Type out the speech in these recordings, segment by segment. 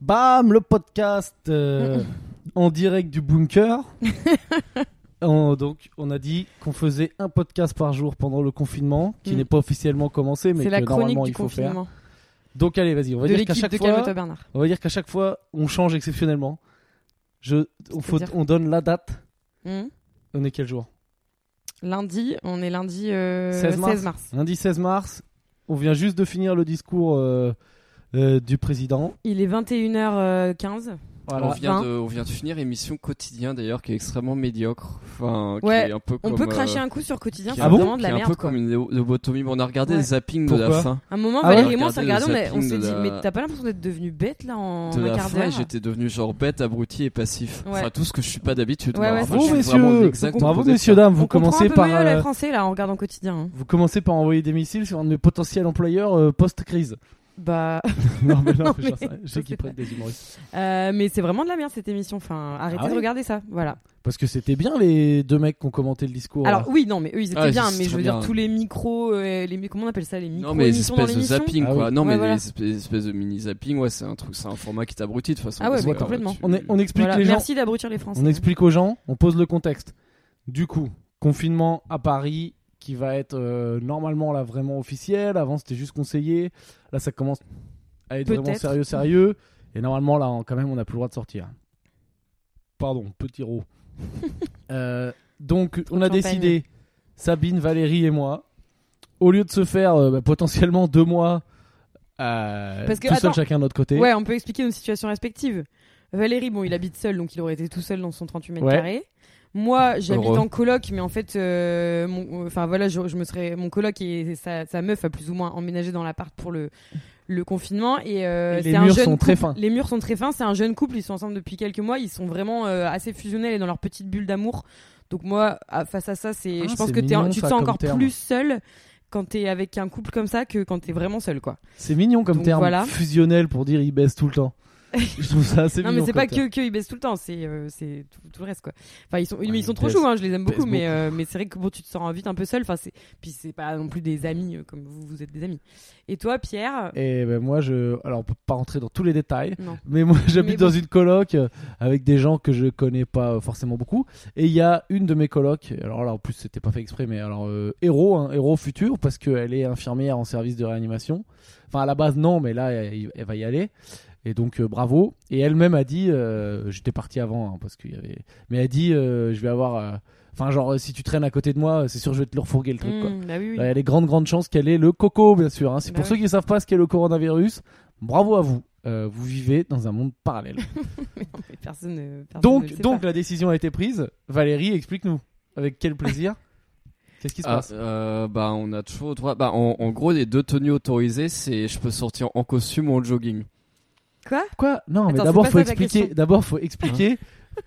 Bam, le podcast euh, en direct du bunker. En- donc, on a dit qu'on faisait un podcast par jour pendant le confinement, qui Mm. n'est pas officiellement commencé, mais C'est que la chronique normalement du il faut faire. confinement Donc, allez, vas-y, on va de dire qu'à l'équipe chaque de fois, Calme-toi Bernard. on va dire qu'à chaque fois, on change exceptionnellement. Je, on, faut- C'est-à-dire on donne la date. Hmm. On est quel jour Lundi, on est lundi euh, 16 mars. Lundi 16 mars. On vient juste de finir le discours euh, euh, du président. Il est 21h15. Voilà. On, vient Vingt. de, on vient de finir émission quotidien d'ailleurs qui est extrêmement médiocre. Enfin, qui Ouais, est un peu On comme, peut euh, cracher un coup sur quotidien, qui c'est est Ah bon vraiment de qui est la un peu merde. quoi. comme une lé- lobotomie. On a regardé Ouais. le zapping de Pourquoi la fin. À un moment, Ah Valérie ouais et moi, on s'est Regardez regardés, le on a- on zapping s'est de dit, la- mais t'as pas l'impression d'être devenu bête là en De un la quart fin, d'heure j'étais devenu genre bête, abruti et passif. Ouais. Enfin, tout ce que je suis pas d'habitude. Ouais, moi. ouais, Enfin, c'est je Bravo, suis vraiment messieurs. l'exact Bravo, opposé de messieurs, ça. dames. Vous On comprend commencez un peu par. mieux euh, les Français là en regardant quotidien. hein. Vous commencez par envoyer des missiles sur un de mes potentiels employeurs euh, post-crise. Bah, non, mais non, Non, mais mais genre, ça- je sais je qu'ils sais prennent des humoristes. euh, mais c'est vraiment de la merde cette émission. Enfin, arrêtez Ah ouais de regarder ça. Voilà. Parce que c'était bien les deux mecs qui ont commenté le discours. Alors là. oui, non, mais eux ils étaient Ah, ils bien. étaient Mais je très veux dire bien. tous les micros, euh, les comment on appelle ça, les micros Non mais les émissions dans espèces de l'émission. zapping Ah quoi. oui. Non mais Ouais, les voilà. espèces, les espèces de mini zapping ouais c'est un truc c'est un format qui t'abrutit de toute façon. Ah ouais, parce ouais, que, euh, complètement. tu- on, est- on explique Voilà, les gens. Merci d'abrutir les Français. On explique aux gens. On pose le contexte. Du coup, confinement à Paris qui va être euh, normalement là vraiment officiel. Avant c'était juste conseillé. Là ça commence à être vraiment Peut-être. sérieux, sérieux. Et normalement là on- quand même on n'a plus le droit de sortir. Pardon, petit rot. Euh, donc on a champagne. décidé, Sabine, Valérie et moi, au lieu de se faire euh, bah, potentiellement deux mois euh, Parce que, tout seul attends. chacun de notre côté. Ouais, on peut expliquer nos situations respectives. Valérie, bon, il habite seul, donc il aurait été tout seul dans son 38 mètres Ouais. carrés. Moi, j'habite Heureux. en coloc, mais en fait, euh, mon- enfin voilà, je, je me serais, mon coloc et sa, sa meuf a plus ou moins emménagé dans l'appart pour le le confinement et, euh, Et c'est les un murs jeune sont couple- très fins. Les murs sont très fins. C'est un jeune couple, ils sont ensemble depuis quelques mois, ils sont vraiment euh, assez fusionnels et dans leur petite bulle d'amour. Donc moi, à- face à ça, c'est, Ah, je pense c'est que t'es un- mignon, tu te ça, sens comme encore terme. plus seul quand t'es avec un couple comme ça que quand t'es vraiment seul, quoi. C'est mignon comme Donc terme voilà. fusionnel pour dire il baisse tout le temps. Je trouve ça assez Non mignon. mais c'est comme pas terme. que que ils baissent tout le temps, c'est euh, c'est tout, tout le reste quoi. Enfin ils sont Ouais, mais ils sont ils trop baissent- chauds hein, je les aime beaucoup baissent mais euh, mais c'est vrai que bon tu te sens vite un peu seul enfin c'est puis c'est pas non plus des amis euh, comme vous vous êtes des amis. Et toi Pierre Et ben moi je, alors on peut pas rentrer dans tous les détails, Non. mais moi j'habite Mais bon. dans une coloc euh, avec des gens que je connais pas euh, forcément beaucoup. Et il y a une de mes colocs, alors là en plus c'était pas fait exprès, mais alors euh, héros, hein, héros futur parce qu'elle est infirmière en service de réanimation. Enfin à la base non, mais là elle, elle va y aller. Et donc euh, bravo. Et elle-même a dit, euh, j'étais parti avant hein, parce qu'il y avait, mais elle a dit euh, je vais avoir, euh, enfin genre euh, si tu traînes à côté de moi, c'est sûr je vais te le refourguer le truc. quoi. Hmm, bah oui oui. Il y a des grandes, grandes chances qu'elle ait le coco, bien sûr. hein. C'est Bah pour oui. ceux qui ne savent pas ce qu'est le coronavirus. Bravo à vous. Euh, vous vivez dans un monde parallèle. Non, mais personne, euh, personne ne le donc, sait donc pas. la décision a été prise. Valérie, explique-nous. Avec quel plaisir Qu'est-ce qui se Ah, passe euh, bah on a toujours droit. Bah en, en gros les deux tenues autorisées c'est je peux sortir en costume ou en jogging. quoi Quoi Non, mais Attends, d'abord c'est faut pas ça ta expliquer. question. D'abord faut expliquer.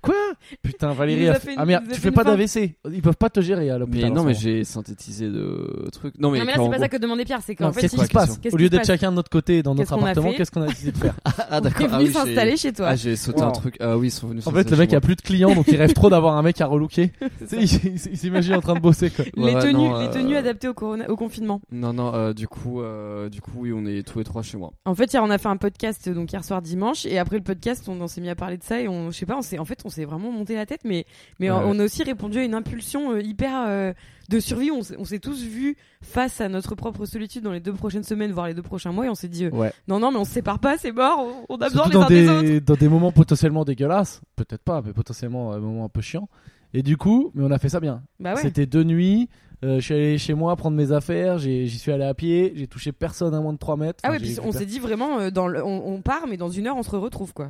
Quoi Putain, Valérie. nous a a fait- fait une- Ah merde, il nous tu a fait fais une pas feinte. d'AVC. Ils peuvent pas te gérer à l'hôpital. Mais en non ce mais moment. j'ai synthétisé le truc. Non mais, Non mais là quand- c'est pas ça que demandait Pierre, c'est Non, qu'en fait Qu'est-ce ils qui quoi, se passe qu'est-ce qui Au lieu se d'être passe chacun de notre côté dans notre Qu'est-ce qu'on a appartement, fait qu'est-ce qu'on a décidé de faire Ah d'accord. sont venus Ah, oui, j'ai- s'installer chez toi. Ah j'ai sauté Wow. un truc. Ah oui ils sont venus. En fait, s'installer le mec chez a plus de clients, donc il rêve trop d'avoir un mec à relouquer. Tu sais, il il s'imagine en train de bosser. Quoi. Ouais, les ouais, tenues non, les euh, tenues adaptées au corona- au confinement. Non, non, euh, du coup, euh, du coup, oui, on est tous les trois chez moi. En fait, hier, on a fait un podcast euh, donc hier soir dimanche, et après le podcast, on, on s'est mis à parler de ça et on, je sais pas, on s'est, en fait, on s'est vraiment monté la tête, mais mais Ouais, on- on a aussi répondu à une impulsion euh, hyper euh, de survie. On, s'est- on s'est tous vus face à notre propre solitude dans les deux prochaines semaines, voire les deux prochains mois, et on s'est dit euh, Ouais. non non, mais on se sépare pas, c'est mort, on- on a Bah, besoin Surtout les uns dans des, autres. des, dans des moments potentiellement dégueulasses, peut-être pas, mais potentiellement un moment un peu chiant. Et du coup, mais on a fait ça bien. Bah ouais. C'était deux nuits. euh, je suis allé chez moi prendre mes affaires. j'ai- J'y suis allé à pied. J'ai touché personne à moins de 3 mètres. Ah Enfin, ouais, j'ai puis on récupéré- s'est dit vraiment, euh, dans le- on, on part, mais dans une heure, on se retrouve quoi.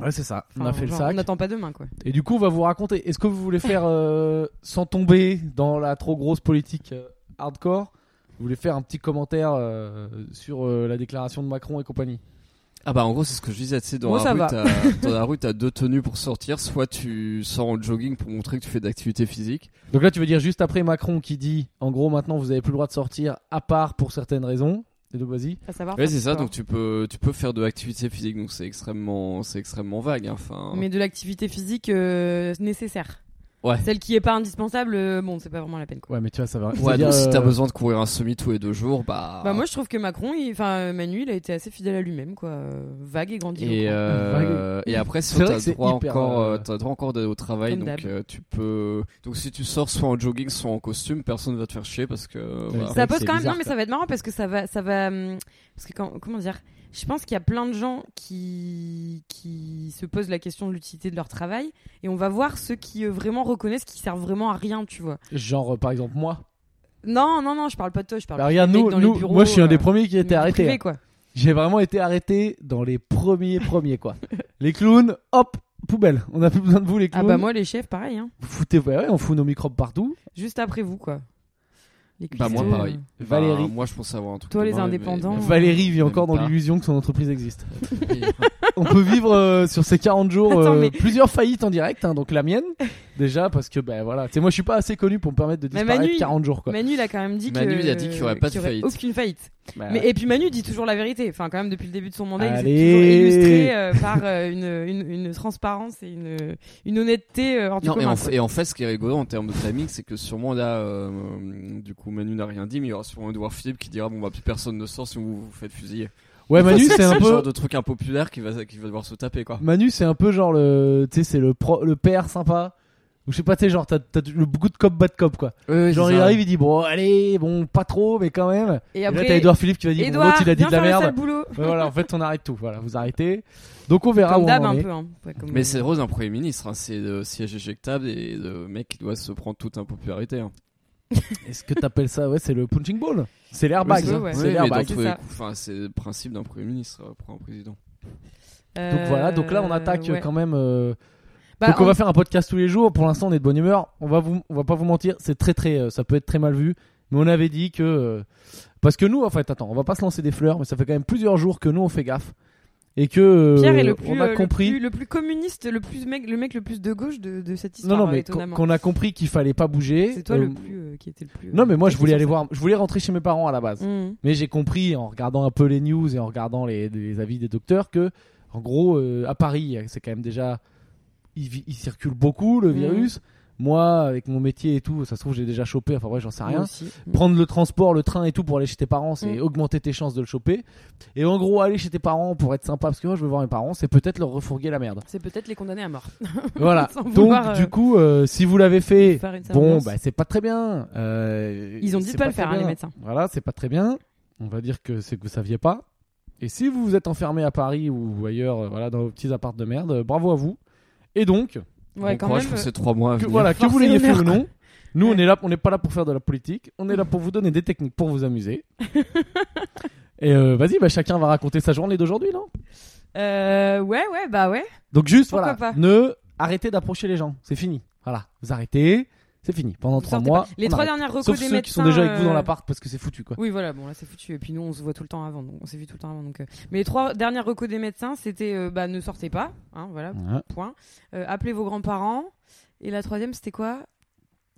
Ouais, c'est ça. on Enfin, a fait genre, le sac. On n'attend pas demain quoi. Et du coup, on va vous raconter. Est-ce que vous voulez faire euh, sans tomber dans la trop grosse politique euh, hardcore Vous voulez faire un petit commentaire euh, sur euh, la déclaration de Macron et compagnie Ah bah en gros c'est ce que je disais, tu sais, dans, Moi, la ça rue, va. t'as- dans la rue t'as deux tenues pour sortir, soit tu sors en jogging pour montrer que tu fais de l'activité physique. Donc là, tu veux dire juste après Macron qui dit, en gros, maintenant, vous avez plus le droit de sortir à part pour certaines raisons. Et donc, vas-y. À savoir. Ouais faire c'est ça, sport. donc tu peux tu peux faire de l'activité physique, donc c'est extrêmement c'est extrêmement vague. hein, Enfin, Mais de l'activité physique euh, nécessaire. Ouais. Celle qui est pas indispensable, euh, bon, c'est pas vraiment la peine quoi. Ouais, mais tu vois, ça va. Ouais, donc C'est-à-dire, si t'as euh, besoin de courir un semi tous les deux jours, bah. Bah moi je trouve que Macron, il- enfin euh, Manu, il a été assez fidèle à lui-même quoi, Euh, vague et grandiose. Et, quoi. euh, et après, C'est sinon, vrai t'as que c'est le droit hyper, encore, euh, euh, t'as le droit encore d'aller au travail, Comme donc d'hab. euh, tu peux. Donc si tu sors soit en jogging, soit en costume, personne va te faire chier parce que. euh, voilà. vrai Ça que pose c'est quand même. bizarre, Non, mais quoi. ça va être marrant parce que ça va, ça va. hum, Parce que quand- comment dire Je pense qu'il y a plein de gens qui qui se posent la question de l'utilité de leur travail et on va voir ceux qui euh, vraiment reconnaissent qu'ils servent vraiment à rien, tu vois. Genre, euh, par exemple, moi. Non, non, non, je parle pas de toi, je parle. Bah, de regarde, nous, dans nous les bureaux, moi, je suis un euh, des premiers qui a été du arrêté. privé, hein. quoi. J'ai vraiment été arrêté dans les premiers premiers, quoi. les clowns, hop, poubelle. On a plus besoin de vous, les Ah clowns. bah moi les chefs, pareil. Hein. Vous foutez, ouais, ouais, on fout nos microbes partout. Juste après vous, quoi. Les Bah moi cuistots, pareil. euh, Valérie. Bah, moi je pensais avoir un truc. Toi, les demain, mais- indépendants. mais- Valérie vit encore Même dans pas. l'illusion que son entreprise existe. on peut vivre euh, sur ces 40 jours Attends, euh, mais- plusieurs faillites en direct, hein, donc la mienne déjà parce que ben voilà, tu sais moi je suis pas assez connu pour me permettre de Mais disparaître Manu, 40 jours quoi. Manu, il a quand même dit Manu, que. il a dit qu'il y aurait pas de qu'il y faillite. Ah. Aucune faillite. Bah, Mais, et puis Manu dit toujours la vérité. Enfin, quand même, depuis le début de son mandat, il Allez. s'est toujours illustré euh, par euh, une, une, une transparence et une, une honnêteté euh, hors du Non, et commun. en, quoi. fait, et en fait, ce qui est rigolo en termes de timing, c'est que sûrement là, euh, du coup, Manu n'a rien dit, mais il y aura sûrement Edouard Philippe qui dira Bon, bah, plus personne ne sort si vous vous faites fusiller. ouais Enfin, Manu c'est un le peu genre de truc impopulaire qui va, qui va devoir se taper, quoi. Manu c'est un peu genre le tu sais c'est le pro- le père sympa ou je sais pas tu sais genre t'as t'as le good cop bad cop quoi. genre il arrive il dit bon allez bon pas trop mais quand même. Et Et après, là t'as Edouard Philippe qui va dire bon, Édouard, l'autre il a dit viens de la faire le sale merde. boulot. Ouais, voilà en fait on arrête tout voilà vous arrêtez. Donc on verra Comme où Ah, on d'hab, en un est. peu. Hein. Ouais, comme- Mais c'est rose un premier ministre, hein, c'est de siège éjectable et euh, le mec qui doit se prendre toute impopularité. Hein. Est-ce que t'appelles ça ouais c'est le punching ball. C'est l'airbag. Ouais, hein. ouais. C'est Oui, mais l'airbag. dans c'est tous les ça. coups, enfin, c'est le principe d'un premier ministre euh, pour un président. Euh, Donc voilà, donc là on attaque ouais. quand même. euh, Bah, donc on en- va faire un podcast tous les jours. Pour l'instant on est de bonne humeur. On va vous, on va pas vous mentir, c'est très très, euh, ça peut être très mal vu. Mais on avait dit que euh, parce que nous en fait, attends, on va pas se lancer des fleurs, mais ça fait quand même plusieurs jours que nous on fait gaffe et que euh, Pierre est le plus, on euh, a le compris. plus- le plus communiste, le plus mec, le mec le plus de gauche de, de non cette histoire. non euh, mais qu'on étonnamment. qu'on a compris qu'il fallait pas bouger. C'est toi Euh, le plus euh, qui était le plus. Non mais moi je voulais aller sur voir, je voulais rentrer chez mes parents à la base. ça. Mhm. Mais j'ai compris en regardant un peu les news et en regardant les, les avis des docteurs que, en gros, euh, à Paris, c'est quand même déjà. Il, vi- il circule beaucoup le Mhm. virus. Moi, avec mon métier et tout, ça se trouve, j'ai déjà chopé. Enfin, ouais, j'en sais Moi rien. aussi. Prendre le transport, le train et tout pour aller chez tes parents, c'est Mhm. augmenter tes chances de le choper. Et en gros, aller chez tes parents pour être sympa, parce que moi, je veux voir mes parents, c'est peut-être leur refourguer la merde. C'est peut-être les condamnés à mort. voilà. Sans Donc, vouloir, euh, du coup, euh, si vous l'avez fait, Faire une bon, séance. bah, c'est pas très bien. Euh, Ils ont dit c'est de pas le très faire, hein, les bien. médecins. Voilà, c'est pas très bien. On va dire que c'est que vous saviez pas. Et si vous vous êtes enfermé à Paris ou ailleurs, euh, voilà, dans vos petits apparts de merde, euh, bravo à vous. Et Ah, donc, Ouais, bon quand courage même. euh, pour ces trois mois à que, venir. voilà, que force vous et l'ayez fait honneur, ou non, nous on Ouais. est là, on n'est pas là pour faire de la politique. On est là pour vous donner des techniques pour vous amuser. Et euh, vas-y, bah, chacun va raconter sa journée d'aujourd'hui, non Euh, ouais, ouais, bah ouais. Donc juste, Pourquoi voilà, pas ne arrêtez d'approcher les gens. C'est fini. Voilà, vous arrêtez. C'est fini. Pendant Vous trois sortez mois. pas. Les on trois arrête. dernières recos Sauf des ceux médecins. qui sont déjà avec vous dans euh, l'appart parce que c'est foutu, quoi. Oui, voilà, bon, là c'est foutu. Et puis nous, on se voit tout le temps avant, donc on s'est vu tout le temps avant. Donc, euh, Mais les trois dernières recos des médecins, c'était euh, bah, ne sortez pas, hein, voilà, Ouais. point. Euh, appelez vos grands-parents. Et la troisième, c'était quoi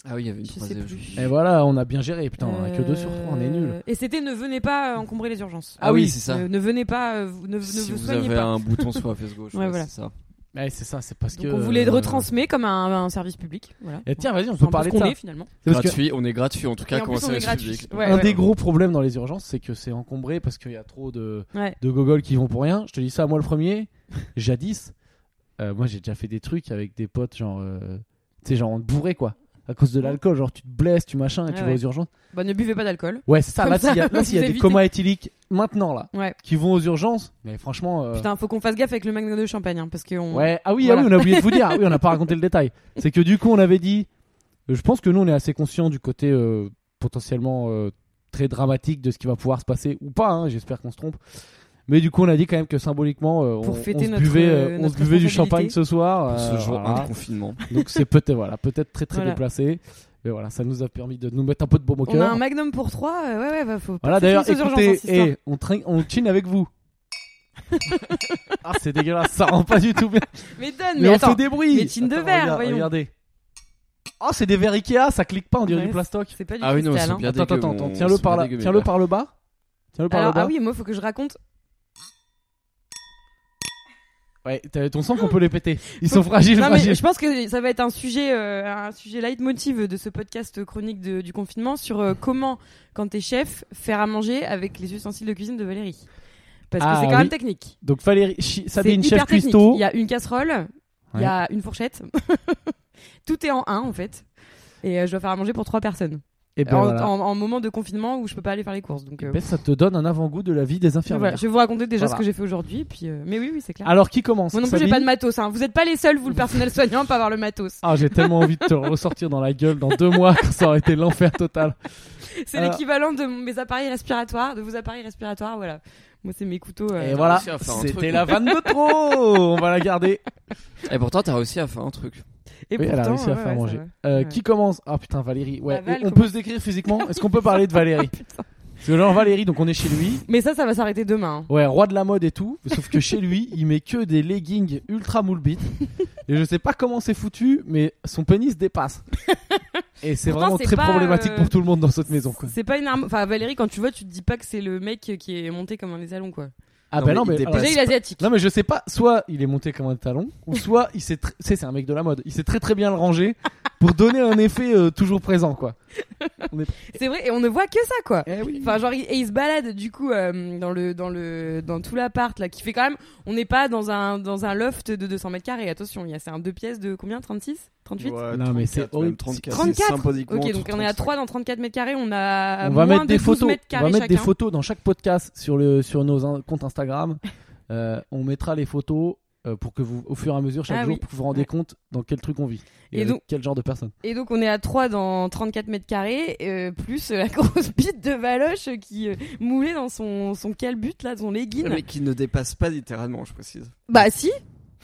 Ah oui, il y avait une Je sais troisième. plus. chose. Et voilà, on a bien géré. Putain, on a que deux sur trois, on est nul. Euh, Et c'était ne venez pas euh, encombrer les urgences. Ah oui, c'est ça. Ne, ne venez pas, euh, vous- ne, ne si vous vous soignez avez pas. un bouton sur la fesse gauche, Ouais, ouais, voilà. c'est ça. Ouais, c'est ça, c'est parce Donc que. on vous les euh, retransmet comme un, un service public. Voilà. eh, tiens, vas-y, on Enfin, peut parce parler de qu'on ça. est, finalement. C'est parce que Gratuit, on est gratuit en tout Et cas, en comment plus, on ça est se gratuit. public. Ouais, un ouais. des gros problèmes dans les urgences, c'est que c'est encombré parce qu'il y a trop de, Ouais. de gogoles qui vont pour rien. Je te dis ça, moi le premier, jadis. euh, moi j'ai déjà fait des trucs avec des potes, genre. euh, tu sais, genre on te bourrait quoi. À cause de l'alcool, genre tu te blesses, tu machin, et Ouais, tu vas ouais. aux urgences. Bah, ne buvez pas d'alcool. Ouais, c'est ça. Comme Là, s'il y a, ça, là, s'il y a vous des évitez. comas éthyliques maintenant là, Ouais. qui vont aux urgences, mais franchement. euh, Putain, faut qu'on fasse gaffe avec le magnet de champagne, hein, parce que on. Ouais, ah oui, Voilà. ah oui, on a oublié de vous dire. Ah oui, on n'a pas raconté le détail. C'est que du coup, on avait dit. euh, Je pense que nous, on est assez conscients du côté euh, potentiellement euh, très dramatique de ce qui va pouvoir se passer ou pas. hein, J'espère qu'on se trompe. Mais du coup, on a dit quand même que symboliquement, euh, Pour on, fêter on se notre, buvait, euh, euh, on notre se buvait du responsabilité. champagne ce soir. euh, Ce jour voilà. un de confinement. Donc c'est peut-être voilà, peut-être très très Voilà. déplacé. Mais voilà, ça nous a permis de nous mettre un peu de baume au On a cœur. un magnum pour trois. euh, ouais, ouais, bah, faut. Voilà, pas d'ailleurs, finir aux urgences, hein, écoutez, cette histoire. eh, on, traîne- on chine avec vous. ah, c'est dégueulasse, ça rend pas du tout bien. Mais donne, mais, Mais, on attends. fait des bruits. mais Tinder Attends, vert, regarde- voyons. Regardez. Oh, c'est des verres Ikea, ça clique pas, on dirait Ouais, du plastoc. C'est pas du Ah oui, non, cristal, c'est hein. bien Attends, dégueu. attends, attends, on- tiens-le c'est par bien là, dégueu, mais tiens-le voilà. par le bas. Tiens-le par Alors, le bas. ah oui, moi, faut que je raconte. Ouais, t'as- on sent qu'on peut les péter. Ils sont fragiles, Non, mais fragiles. je pense que ça va être un sujet, euh, un sujet leitmotiv de ce podcast chronique de- du confinement sur euh, comment, quand t'es chef, faire à manger avec les ustensiles de cuisine de Valérie. Parce Ah, que c'est quand même oui. technique. Donc Valérie, chi- C'est Sabine, hyper chef technique. cuistot. Il y a une casserole, il y a une fourchette. Tout est en un en fait. Et euh, je dois faire à manger pour trois personnes. Et ben en, voilà. en- en moment de confinement où je peux pas aller faire les courses. Donc, euh, Eh ben, ça te donne un avant-goût de la vie des donc infirmières. voilà, je vais vous raconter déjà Voilà. ce que j'ai fait aujourd'hui. Puis, euh, mais oui, oui, c'est clair. Alors qui commence Moi non plus, j'ai Sabine pas de matos. hein. Vous êtes pas les seuls, vous, le personnel soignant, à pas avoir le matos. Ah, j'ai tellement envie de te ressortir dans la gueule dans deux mois, ça aurait été l'enfer total. C'est Alors- l'équivalent de mes appareils respiratoires, de vos appareils respiratoires, voilà. Moi, c'est mes couteaux. euh, Et voilà, réussi à faire un truc, hein. c'était quoi. la vanne de trop. On va la garder. Et pourtant, t'as réussi à faire un truc. Et Oui, elle a pourtant, réussi à ouais, faire ouais, ça manger. va. Euh, Ouais. Qui commence Ah putain, Valérie. Ouais. La Val, on comment- peut se décrire physiquement Est-ce qu'on peut parler de Valérie Parce que genre Valérie, donc on est chez lui. Mais ça, ça va s'arrêter demain. hein. Ouais, roi de la mode et tout. Sauf que chez lui, il met que des leggings ultra moule bite. Et je sais pas comment c'est foutu, mais son pénis dépasse. Et c'est Pourtant, vraiment c'est très pas, problématique euh, pour tout le monde dans cette maison, quoi. C'est pas une arme. Enfin, Valérie, quand tu vois, tu te dis pas que c'est le mec qui est monté comme un des salons, quoi. Ah Non, bah mais non, il mais. dépasse. alors, Déjà, il est asiatique. Non mais je sais pas, soit il est monté comme un talon, ou soit il sait, tr- tu sais, c'est un mec de la mode, il sait très très bien le ranger pour donner un effet euh, toujours présent quoi. C'est vrai, et on ne voit que ça, quoi. Eh oui. Enfin, genre, il- et il se balade du coup euh, dans le dans le dans tout l'appart là, qui fait quand même. On n'est pas dans un dans un loft de 200 mètres carrés. Attention, il y a c'est un deux pièces de combien 36, 38. Non, mais c'est horrible. 34. 34. c'est symboliquement Ok, donc entre on est à 35. 3 dans 34 mètres carrés. On a on va moins mettre de des 12 photos, mètres on carrés va mettre des chacun. photos dans chaque podcast sur le sur nos in- comptes Instagram. Euh, on mettra les photos euh, pour que vous au fur et à mesure chaque Ah jour oui. pour que vous vous rendiez Ouais. compte dans quel truc on vit et, Et avec donc- quel genre de personne. Et donc on est à 3 dans 34 mètres carrés, euh, plus euh, la grosse bite de Valoche euh, qui euh, moulait dans son, son calbut, là, son legging. Mais qui ne dépasse pas littéralement, je précise. Bah si,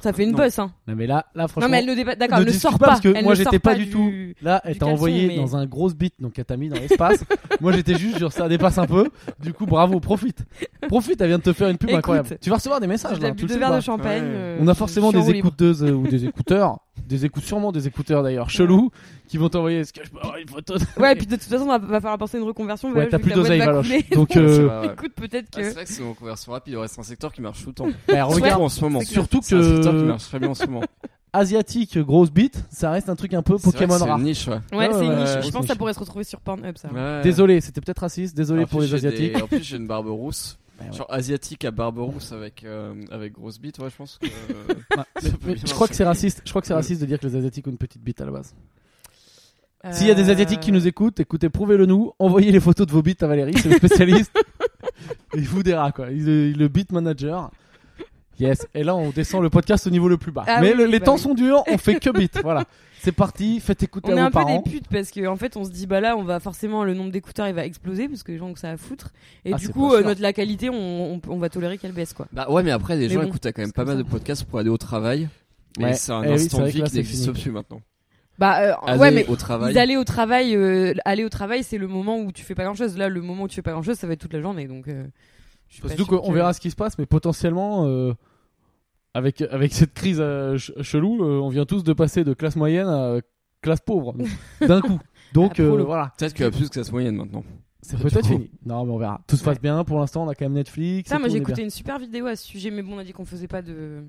ça fait une Non. bosse. Hein. Non mais là là Non franchement mais elle ne dépasse, d'accord, ne elle ne discute pas, sort pas. parce que elle moi, ne sort j'étais pas pas du du, Là, elle du t'a caleçon, envoyé mais- dans un grosse bit, donc elle t'a mis dans l'espace. Moi, j'étais juste, genre, ça dépasse un peu. Du coup, bravo, profite. Profite, elle vient de te faire une pub Écoute, incroyable. Tu vas recevoir des messages, J'ai là, bu tu le deux sais verres pas. de champagne. Ouais. euh, On a je- forcément je suis en des roue libre. écouteuses euh, ou des écouteurs, des écoutes sûrement des écouteurs d'ailleurs, chelous, qui vont t'envoyer est-ce que je peux avoir une photo de- Ouais, et puis de toute façon, on va, va falloir penser une reconversion. Ouais, Valoche, t'as vu plus que la boîte d'oseille, va Valoche. couler. Donc, C'est euh, vrai, ouais. Écoute, peut-être Ah, c'est que... vrai que c'est une conversion rapide, il reste un secteur qui marche tout le temps. bah, Surtout regarde, en ce moment. surtout Ah, C'est un secteur qui que marche très bien en ce moment. asiatique, grosse bite, ça reste un truc un peu C'est vrai que Pokémon C'est rare. une niche, ouais. Ouais, Ouais, c'est ouais, une ouais, niche. ouais, Je c'est pense une que ça niche. pourrait se retrouver sur Pornhub, ça. Ouais. Désolé, c'était peut-être raciste, désolé En pour plus, les j'ai des- asiatiques. En plus, j'ai une barbe rousse. Bah ouais. Genre asiatique à barbe rousse avec, euh, avec grosse bite, ouais, je pense que. euh, Ouais. ça peut Mais bien je crois que c'est raciste, je crois que c'est Ouais. raciste de dire que les asiatiques ont une petite bite à la base. Euh, S'il y a des Asiatiques qui nous écoutent, écoutez, prouvez-le nous. Envoyez les photos de vos bits à Valérie, c'est le spécialiste. il vous dira quoi. Il, il le beat manager. Yes. Et là, on descend le podcast au niveau le plus bas. Ah Mais oui, le- oui, les bah temps oui. sont durs, on fait que beat. voilà. C'est parti, faites écouter On est à un vos peu parents. des putes parce qu'en en fait on se dit bah là on va forcément le nombre d'écouteurs il va exploser parce que les gens ont que ça à foutre et Ah, du c'est coup pas euh, sûr. notre la qualité on, on, on va tolérer qu'elle baisse quoi. Bah ouais, mais après, les Mais gens bon, écoutent quand même c'est pas comme mal de ça. podcasts pour aller au travail. Ouais. Mais c'est un Eh oui, c'est instant vrai de que vie là, qui c'est n'existe fini. plus maintenant. Bah euh, Aller ouais mais au travail. ils allaient au travail euh, aller au travail c'est le moment où tu fais pas grand chose là le moment où tu fais pas grand chose ça va être toute la journée donc. euh, je suis pas Surtout sûre qu'on que- verra ce qui se passe, mais potentiellement, euh, avec, avec cette crise euh, ch- chelou, euh, on vient tous de passer de classe moyenne à classe pauvre. D'un coup. Donc Ah, pour euh, le- voilà, Peut-être qu'il y a plus que classe moyenne maintenant. c'est Du peut-être coup. fini. Non, mais on verra. Tout se passe Ouais. bien pour l'instant. On a quand même Netflix. Ça et moi tout, j'ai on est bien. écouté une super vidéo à ce sujet mais bon on a dit qu'on faisait pas de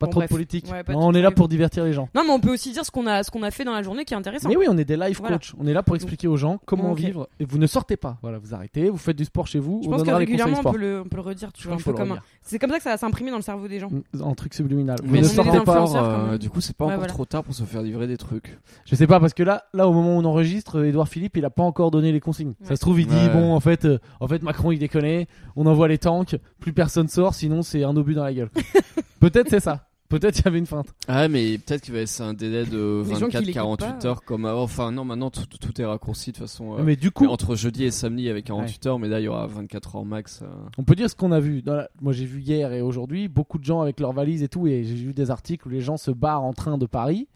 Pas Bon, trop bref. de politique. Ouais, pas Non, trop on est de là politique. pour divertir les gens. non mais on peut aussi dire ce qu'on a ce qu'on a fait dans la journée qui est intéressant. Mais oui, on est des life Voilà. coach. On est là pour expliquer aux gens comment Ok. vivre. Et vous ne sortez pas. Voilà, vous arrêtez, vous faites du sport chez vous. Je on pense que donnera les conseils régulièrement on sport. peut le on peut le redire tu Je crois vois un qu'il faut peu le comme un- redire. c'est comme ça que ça va s'imprimer dans le cerveau des gens. Mm, Un truc subliminal. Vous Mais ne on est des sortez pas. influenceurs. quand même. euh, du coup, c'est pas Ouais, encore voilà. trop tard pour se faire livrer des trucs. Je sais pas parce que là, là au moment où on enregistre, Edouard Philippe, il a pas encore donné les consignes. Ça Ouais. se trouve, il dit Ouais. bon, en fait, euh, en fait, Macron, il déconne. On envoie les tanks. Plus personne sort, sinon c'est un obus dans la gueule. Peut-être c'est ça. Peut-être il y avait une feinte. Ah, mais peut-être qu'il va laisser un délai de Les gens qui l'écoutent 24-48 pas. heures comme avant. Enfin, non, maintenant tout, tout est raccourci de toute façon. euh, Ah, Mais du mais coup, entre jeudi et samedi avec 48 heures, mais là il y aura 24 heures max. euh. On peut dire ce qu'on a vu. Dans la- Moi, j'ai vu hier et aujourd'hui beaucoup de gens avec leurs valises et tout, et j'ai vu des articles où les gens se barrent en train de Paris.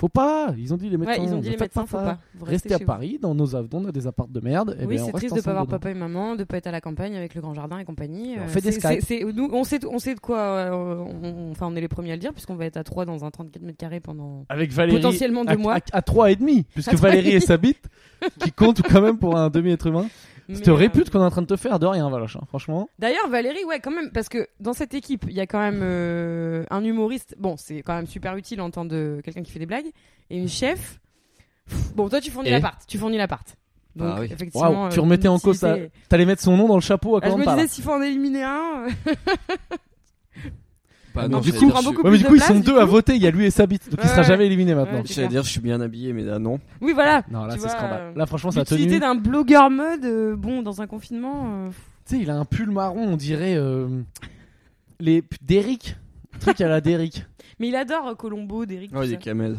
Faut pas. Ils ont dit les médecins. Ouais, ils ont ne dit les faites médecins, faut ça. pas. Vous Restez à chez vous. Paris, dans nos av- on a des appartes de merde. et oui, ben, on c'est reste triste de pas ensemble avoir dedans. papa et maman, de pas être à la campagne avec le grand jardin et compagnie. Et on Euh, fait des c'est- Skype. c'est- c'est- nous, on sait, on sait de quoi. euh, on- on- enfin, on est les premiers à le dire puisqu'on va être à 3 dans un 34 mètres carrés pendant. Avec Valérie. Potentiellement deux à, mois. À, à trois et demi, puisque À trois et Valérie et demi. sa bite, qui compte quand même pour un demi être humain. Cette euh, répute qu'on est en train de te faire de rien, Valoche, hein, franchement. D'ailleurs, Valérie, ouais, quand même, parce que dans cette équipe, il y a quand même euh, un humoriste. Bon, c'est quand même super utile en temps de quelqu'un qui fait des blagues. Et une chef. Pff, Bon, toi, tu fournis Et l'appart. Tu fournis l'appart. Donc, Ah oui. effectivement. Waouh, tu remettais en cause ça. l'utilité- T'allais mettre son nom dans le chapeau à Ah, je quand me on parle. Ah disais, s'il faut en éliminer un. euh, Mais Bah, non, du j'allais coup, dire, prend je- beaucoup Ouais, mais du de coup, ils place, sont du deux coup. à voter. Il y a lui et Sabit, donc Ouais, il sera ouais. jamais éliminé maintenant. Ouais. c'est J'allais clair. dire, je suis bien habillé, mais là, non. Oui, voilà. Non, là, Tu c'est vois, scandale. euh, Là, franchement, ça a tenu. L'utilité d'un blogueur mode, euh, bon, dans un confinement. euh, Tu sais, il a un pull marron, on dirait euh, les Derrick. Truc à la Derrick. Mais il adore euh, Colombo, Derrick. Oh, tout il ça. est camel.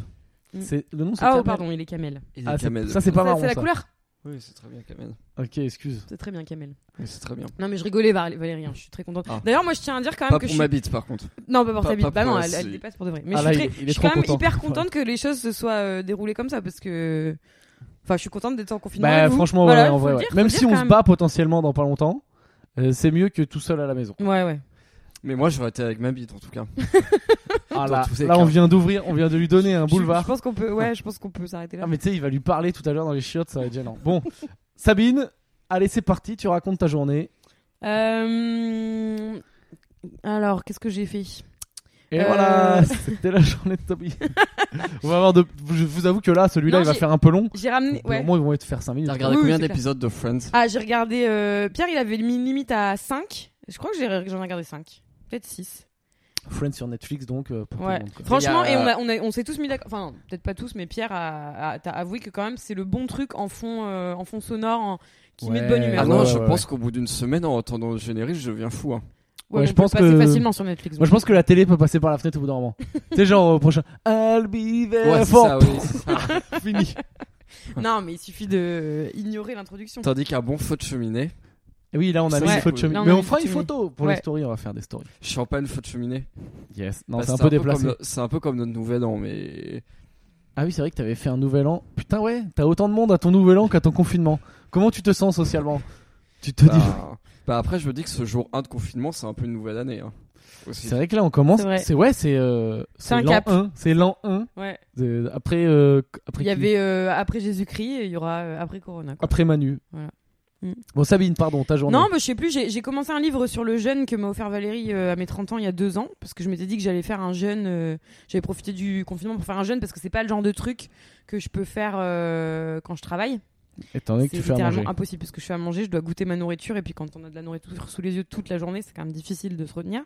C'est le nom. c'est Ah, oh, Camel. pardon, il est Camel. Il est Ah, c'est- camel. ça c'est pas Ça, marrant. C'est la ça. couleur. Oui, c'est très bien, camel. Ok, excuse. C'est très bien, Camel. Oui, c'est très bien. Non, mais je rigolais, Val- Valérie. hein, Je suis très contente. Ah. D'ailleurs, moi, je tiens à dire quand même Pas que pour je suis ma bite, par contre. Non, pas pour Pas- ta bite. pas Bah pour non, la- elle, elle c'est- dépasse pour de vrai. Mais Ah, je là, suis, très- il est- il est je suis trop quand même content. hyper contente que les choses se soient euh, déroulées comme ça parce que. Enfin, je suis contente d'être en confinement. Bah, avec vous. franchement, Voilà, ouais, en faut vrai, le ouais. dire, faut même le si dire on quand se bat potentiellement dans pas longtemps, euh, c'est mieux que tout seul à la maison. même. Ouais, ouais. Mais moi, j'aurais été avec ma bite, en tout cas. Ah, Dans là, tous ces là, cas. on vient d'ouvrir, on vient de lui donner un Je- Je, boulevard. pense qu'on peut, ouais, je pense qu'on peut s'arrêter là. Ah, mais tu sais, il va lui parler tout à l'heure dans les chiottes, ça va être gênant. Bon, Sabine, allez, c'est parti, tu racontes ta journée. Ah, Euh, Alors, qu'est-ce que j'ai fait Et Euh, voilà, c'était la journée de Toby. on va avoir de. Je vous avoue que là, celui-là, Non, il va j'ai- faire un peu long. J'ai ramené. Au Ouais. moins, ils vont être faire 5 minutes. T'as regardé Oui, combien c'est clair. d'épisodes de Friends Ah, j'ai regardé. euh, Pierre, il avait mis une limite à 5. Je crois que j'ai- j'en ai regardé 5. Peut-être 6. Friends sur Netflix, donc. euh, pour tout Ouais. le monde, quoi. Franchement, Il y et a- on, a- on, a- on s'est tous mis d'accord. Enfin, peut-être pas tous, mais Pierre a, a- t'as avoué que quand même c'est le bon truc en fond, euh, en fond sonore, en- qui met de bonne Ouais. humeur. Ah ouais, non, ouais, je ouais, pense qu'au bout d'une semaine, en entendant le générique, je deviens fou. hein. Ouais, mais je on peut pense le passer que- facilement sur Netflix. Moi, je pense que la télé peut passer par la fenêtre au bout d'un moment. tu sais, genre, au prochain. I'll be there Ouais, c'est for- ça, oui, c'est ça. Fini. Non, mais il suffit de euh, ignorer l'introduction. Tandis qu'un bon feu de cheminée, Et oui, là, on a Ça, mis une ouais. photo de cheminée. Là, on Mais a on mis fera une une cheminée. photo pour les Ouais. stories, on va faire des stories. champagne, feu de cheminée. Yes. Non, Bah, c'est un peu déplacé. comme le- C'est un peu comme notre nouvel an, mais. Ah oui, c'est vrai que t'avais fait un nouvel an. Putain, ouais, t'as autant de monde à ton nouvel an qu'à ton confinement. Comment tu te sens socialement Tu te dis. Bah, bah après, je me dis que ce jour 1 de confinement, c'est un peu une nouvelle année. hein. Aussi. C'est vrai que là, on commence. C'est vrai. C'est ouais, c'est. euh, C'est un l'an cap. 1. C'est l'an 1. Ouais. de- Après. euh, après Il qui y Ah, avait euh, après Jésus-Christ et il y aura euh, après Corona. quoi. Après Manu. Voilà. Mm. Bon, Sabine, pardon, ta journée. Non, mais je sais plus, j'ai j'ai commencé un livre sur le jeûne que m'a offert Valérie euh, à mes 30 ans il y a deux ans, parce que je m'étais dit que j'allais faire un jeûne, euh, j'avais profité du confinement pour faire un jeûne, parce que c'est pas le genre de truc que je peux faire euh, quand je travaille. Étant donné que C'est tu fais à littéralement manger. impossible parce que je fais à manger, je dois goûter ma nourriture et puis quand on a de la nourriture sous les yeux toute la journée, c'est quand même difficile de se retenir.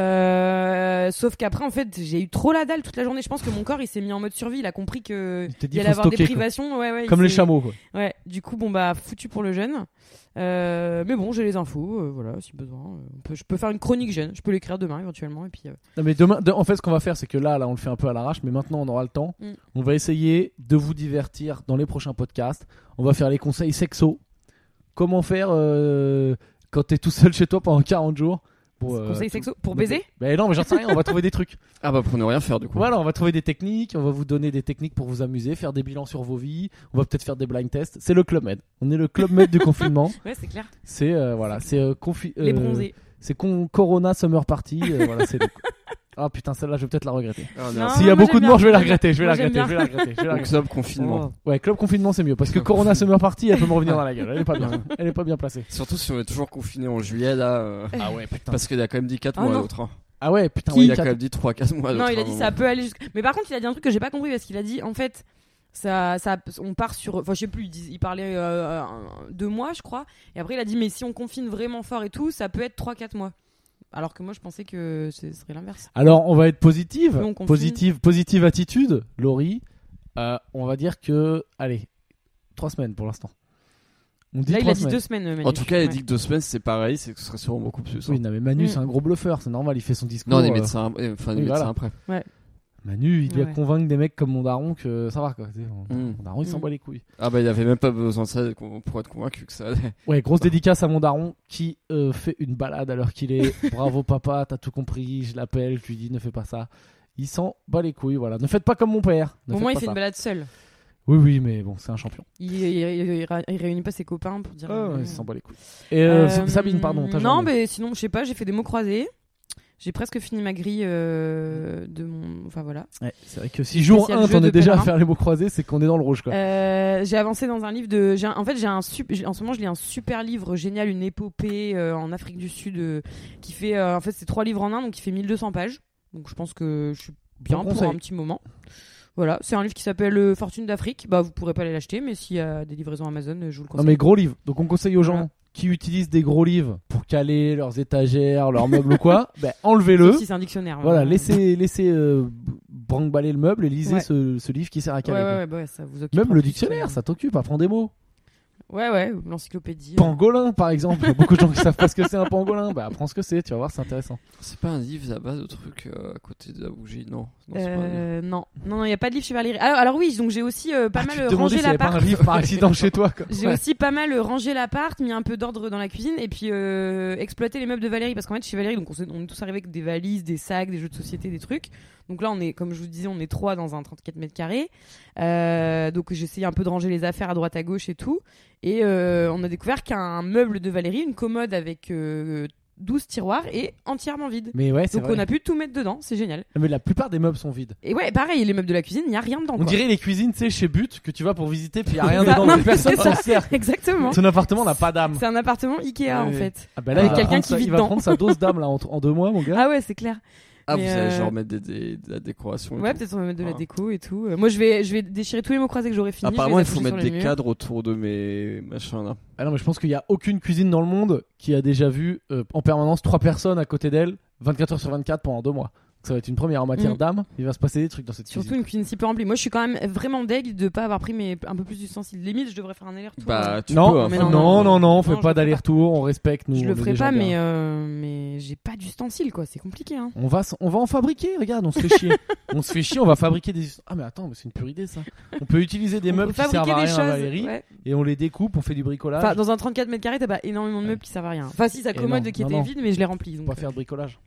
Euh, sauf qu'après, en fait, j'ai eu trop la dalle toute la journée. Je pense que mon corps, il s'est mis en mode survie. Il a compris que Il t'a dit, il allait faut avoir des stocker, quoi. privations. Ouais, ouais, il Comme les s'est- chameaux, quoi. Ouais. Du coup, bon bah foutu pour le jeûne. Euh, mais bon, j'ai les infos. euh, voilà, si besoin, Euh, on peut- je peux faire une chronique jeûne. Je peux l'écrire demain éventuellement et puis. euh, Non, mais demain, de- en fait, ce qu'on va faire, c'est que là, là, on le fait un peu à l'arrache, mais maintenant, on aura le temps. Mm. On va essayer de vous divertir dans les prochains podcasts. On va faire les conseils sexo. Comment faire euh, quand t'es tout seul chez toi pendant 40 jours pour, euh, conseil tout- sexo pour noter. baiser. Ben non, mais j'en sais rien, on va trouver des trucs. Ah bah pour ne rien faire du coup. Voilà, on va trouver des techniques, on va vous donner des techniques pour vous amuser, faire des bilans sur vos vies, on va peut-être faire des blind tests. C'est le Club Med. On est le Club Med du confinement. Ouais, c'est clair. C'est euh, voilà, c'est euh, confi- Les euh, bronzés. C'est con- Corona Summer Party, euh, voilà, c'est le- Ah putain, celle-là, je vais peut-être la regretter. Ah, Non. non. S'il y a mais moi, beaucoup de j'aime morts, bien. je vais la Moi, regretter. Je vais la j'aime regretter. bien. Je vais la regretter. Je vais la regretter. Oh. Club confinement. Ouais, club confinement, c'est mieux parce que Club Corona Summer Party, elle peut me revenir dans la gueule. Elle est pas bien. Elle est pas bien placée. Surtout si on est toujours confiné en juillet là. euh, Ah ouais, putain. Parce qu'il a quand même dit 4 Ah mois à non. l'autre. hein. Ah ouais, putain. Qui oui, Il a quand quatre- même dit 3-4 mois à l'autre. hein, Non, il à a un dit moment. ça peut aller jusqu'à. Mais par contre, il a dit un truc que j'ai pas compris parce qu'il a dit en fait. Ça, ça, on part sur. Enfin, je sais plus, il, dis- il parlait euh, un- deux mois, je crois. Et après, il a dit, mais si on confine vraiment fort et tout, ça peut être 3-4 mois. Alors que moi, je pensais que ce serait l'inverse. Alors, on va être positive. Nous, on confine. positive, positive attitude, Laurie. Euh, on va dire que, allez, trois semaines pour l'instant. On dit Là, il trois a dit semaines. deux semaines. euh, Manu. En tout cas, il a Ouais. dit que 2 semaines c'est pareil, c'est que ce serait sûrement beaucoup plus. hein. Oui, non, mais Manu, Mm. c'est un gros bluffeur. C'est normal, il fait son discours. Non, les euh, médecins, euh, enfin les oui, médecins voilà. après. Manu, il doit Ouais. convaincre des mecs comme mon daron que ça va quoi. Tu sais, Mon Mm. mon daron, il s'en Mm. bat les couilles. Ah bah il avait même pas besoin de ça qu'on- pour être convaincu que ça allait. Ouais, grosse dédicace à mon daron qui euh, fait une balade à l'heure qu'il est. Bravo papa, t'as tout compris, je l'appelle, je lui dis ne fais pas ça. Il s'en bat les couilles, voilà. Ne faites pas comme mon père. Ne Au faites moins, il pas fait ça. une balade seule. Oui, oui, mais bon, c'est un champion. Il, il, il- il ra- il réunit pas ses copains pour dire. Ah, euh, il s'en bat les couilles. Et euh, Euh, Sabine, pardon, ta Non, journée. mais sinon, je sais pas, j'ai fait des mots croisés. J'ai presque fini ma grille euh, de mon. Enfin voilà. Ouais, c'est vrai que si jour Spécial 1 jeu t'en de es déjà à pèlerin. faire les mots croisés, c'est qu'on est dans le rouge quoi. Euh, j'ai avancé dans un livre de. j'ai un- En fait, j'ai un sup- j'ai- En ce moment, je lis un super livre génial, une épopée euh, en Afrique du Sud euh, qui fait. euh, en fait, c'est trois livres en un, donc il fait 1200 pages. Donc je pense que je suis bien Bon pour conseil. un petit moment. Voilà, c'est un livre qui s'appelle euh, Fortune d'Afrique. Bah, vous pourrez pas aller l'acheter, mais s'il y a des livraisons Amazon, euh, je vous le Non conseille. mais gros livres. Donc on conseille aux gens Voilà. qui utilisent des gros livres pour caler leurs étagères, leurs meubles ou quoi, ben enlevez-le. Sauf si c'est un dictionnaire. Voilà, euh, laissez laissez euh, branque-baller le meuble et lisez Ouais. ce, ce livre qui sert à Ouais, caler. ouais, quoi. ouais, bah ouais, ça vous occupe. Même un le petit dictionnaire, peu. ça t'occupe, apprends des mots. Ouais, ouais, ou l'encyclopédie. euh. Pangolin par exemple, Il y a beaucoup de gens qui savent pas ce que c'est un pangolin, bah apprends ce que c'est, tu vas voir, c'est intéressant. C'est pas un livre à base de trucs euh, à côté de la bougie, non. non c'est pas un livre. Euh, non, non, non, il n'y a pas de livre chez Valérie. Alors, alors oui, donc j'ai aussi euh, pas Ah, tu mal te demandais rangé s'il y avait pas l'appart. un livre par accident chez toi. quoi. J'ai aussi pas mal euh, rangé l'appart, mis un peu d'ordre dans la cuisine et puis euh, exploité les meubles de Valérie parce qu'en fait chez Valérie donc on, s'est- on est tous arrivés avec des valises, des sacs, des jeux de société, des trucs. Donc là on est comme je vous disais on est trois dans un 34 mètres carrés. Euh, donc j'ai essayé un peu de ranger les affaires à droite à gauche et tout et euh, on a découvert qu'un meuble de Valérie, une commode avec euh, 12 tiroirs est entièrement vide. Mais ouais, c'est Donc vrai. on a pu tout mettre dedans, c'est génial. Mais la plupart des meubles sont vides. Et ouais, pareil, les meubles de la cuisine, il n'y a rien dedans. On quoi. dirait les cuisines, tu sais, chez But, que tu vas pour visiter, puis y a rien Ça, dedans, non, donc personne c'est ça. s'en sert. Exactement. Ton appartement n'a pas d'âme. C'est un appartement Ikea Ouais, en ouais. fait. Ah bah là, il Ah. va, Quelqu'un prendre qui sa- vit il va dedans. prendre sa dose d'âme là en, en deux mois, mon gars. Ah ouais, c'est clair. Ah, vous mais, allez euh, genre mettre des, des- de la décoration. et Ouais, tout. peut-être on va mettre de la Voilà. déco et tout. Euh, Moi, je vais, je vais déchirer tous les mots croisés que j'aurai fini. Apparemment, je il vais les faut afficher mettre sur le des mur. cadres autour de mes machins là. Ah non, mais je pense qu'il n'y a aucune cuisine dans le monde qui a déjà vu euh, en permanence trois personnes à côté d'elle, 24 heures sur 24 pendant deux mois. Donc ça va être une première en matière Mm. d'âme. Il va se passer des trucs dans cette Surtout cuisine. une cuisine si peu remplie. Moi, je suis quand même vraiment deg de pas avoir pris mes, un peu plus d'ustensiles. Limite, je devrais faire un aller-retour. Bah, tu non, peux. hein, mais non, enfin, non, non, on Non, fait je pas le ferai d'aller-retour, on respecte nous. je on le est ferai des gens pas, bien. mais, euh, mais j'ai pas d'ustensiles, quoi. C'est compliqué, hein. On va, s- on va en fabriquer, regarde, on se fait chier. on se fait chier, on va fabriquer des. Ah, mais attends, mais c'est une pure idée ça. On peut utiliser des On meubles peut qui servent à fabriquer rien des à choses. Valérie ouais. et on les découpe, on fait du bricolage. Enfin, dans un 34 mètres carrés, t'as pas énormément de meubles qui servent à rien. Enfin, si, sa Et commode non, qui non, était non. vide, mais je l'ai remplie. on Donc, peut pas faire de bricolage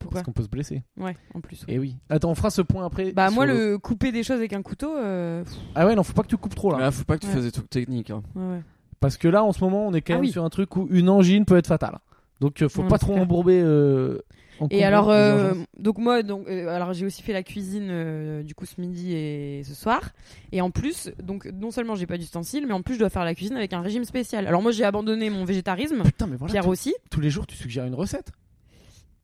pourquoi parce qu'on peut se blesser. Ouais, en plus. ouais. Et oui. Attends, on fera ce point après. Eh Bah, sur moi, le couper des choses avec un couteau. euh, pff, Ah ouais, non, faut pas que tu coupes trop Mais là. là, faut pas que tu Ouais. fasses des trucs techniques. hein. ouais, ouais. Parce que là, en ce moment, on est quand Ah même oui. Mmh, sur un truc où une angine peut être fatale. Donc, euh, faut Ouais, pas c'est trop clair. embourber. euh, encombrer Et alors, les euh, urgences. donc moi, donc euh, alors j'ai aussi fait la cuisine euh, du coup ce midi et ce soir. Et en plus, donc non seulement j'ai pas d'ustensiles, mais en plus je dois faire la cuisine avec un régime spécial. Alors moi j'ai abandonné mon végétarisme, Putain, mais voilà, Pierre aussi. tous les jours, tu suggères une recette.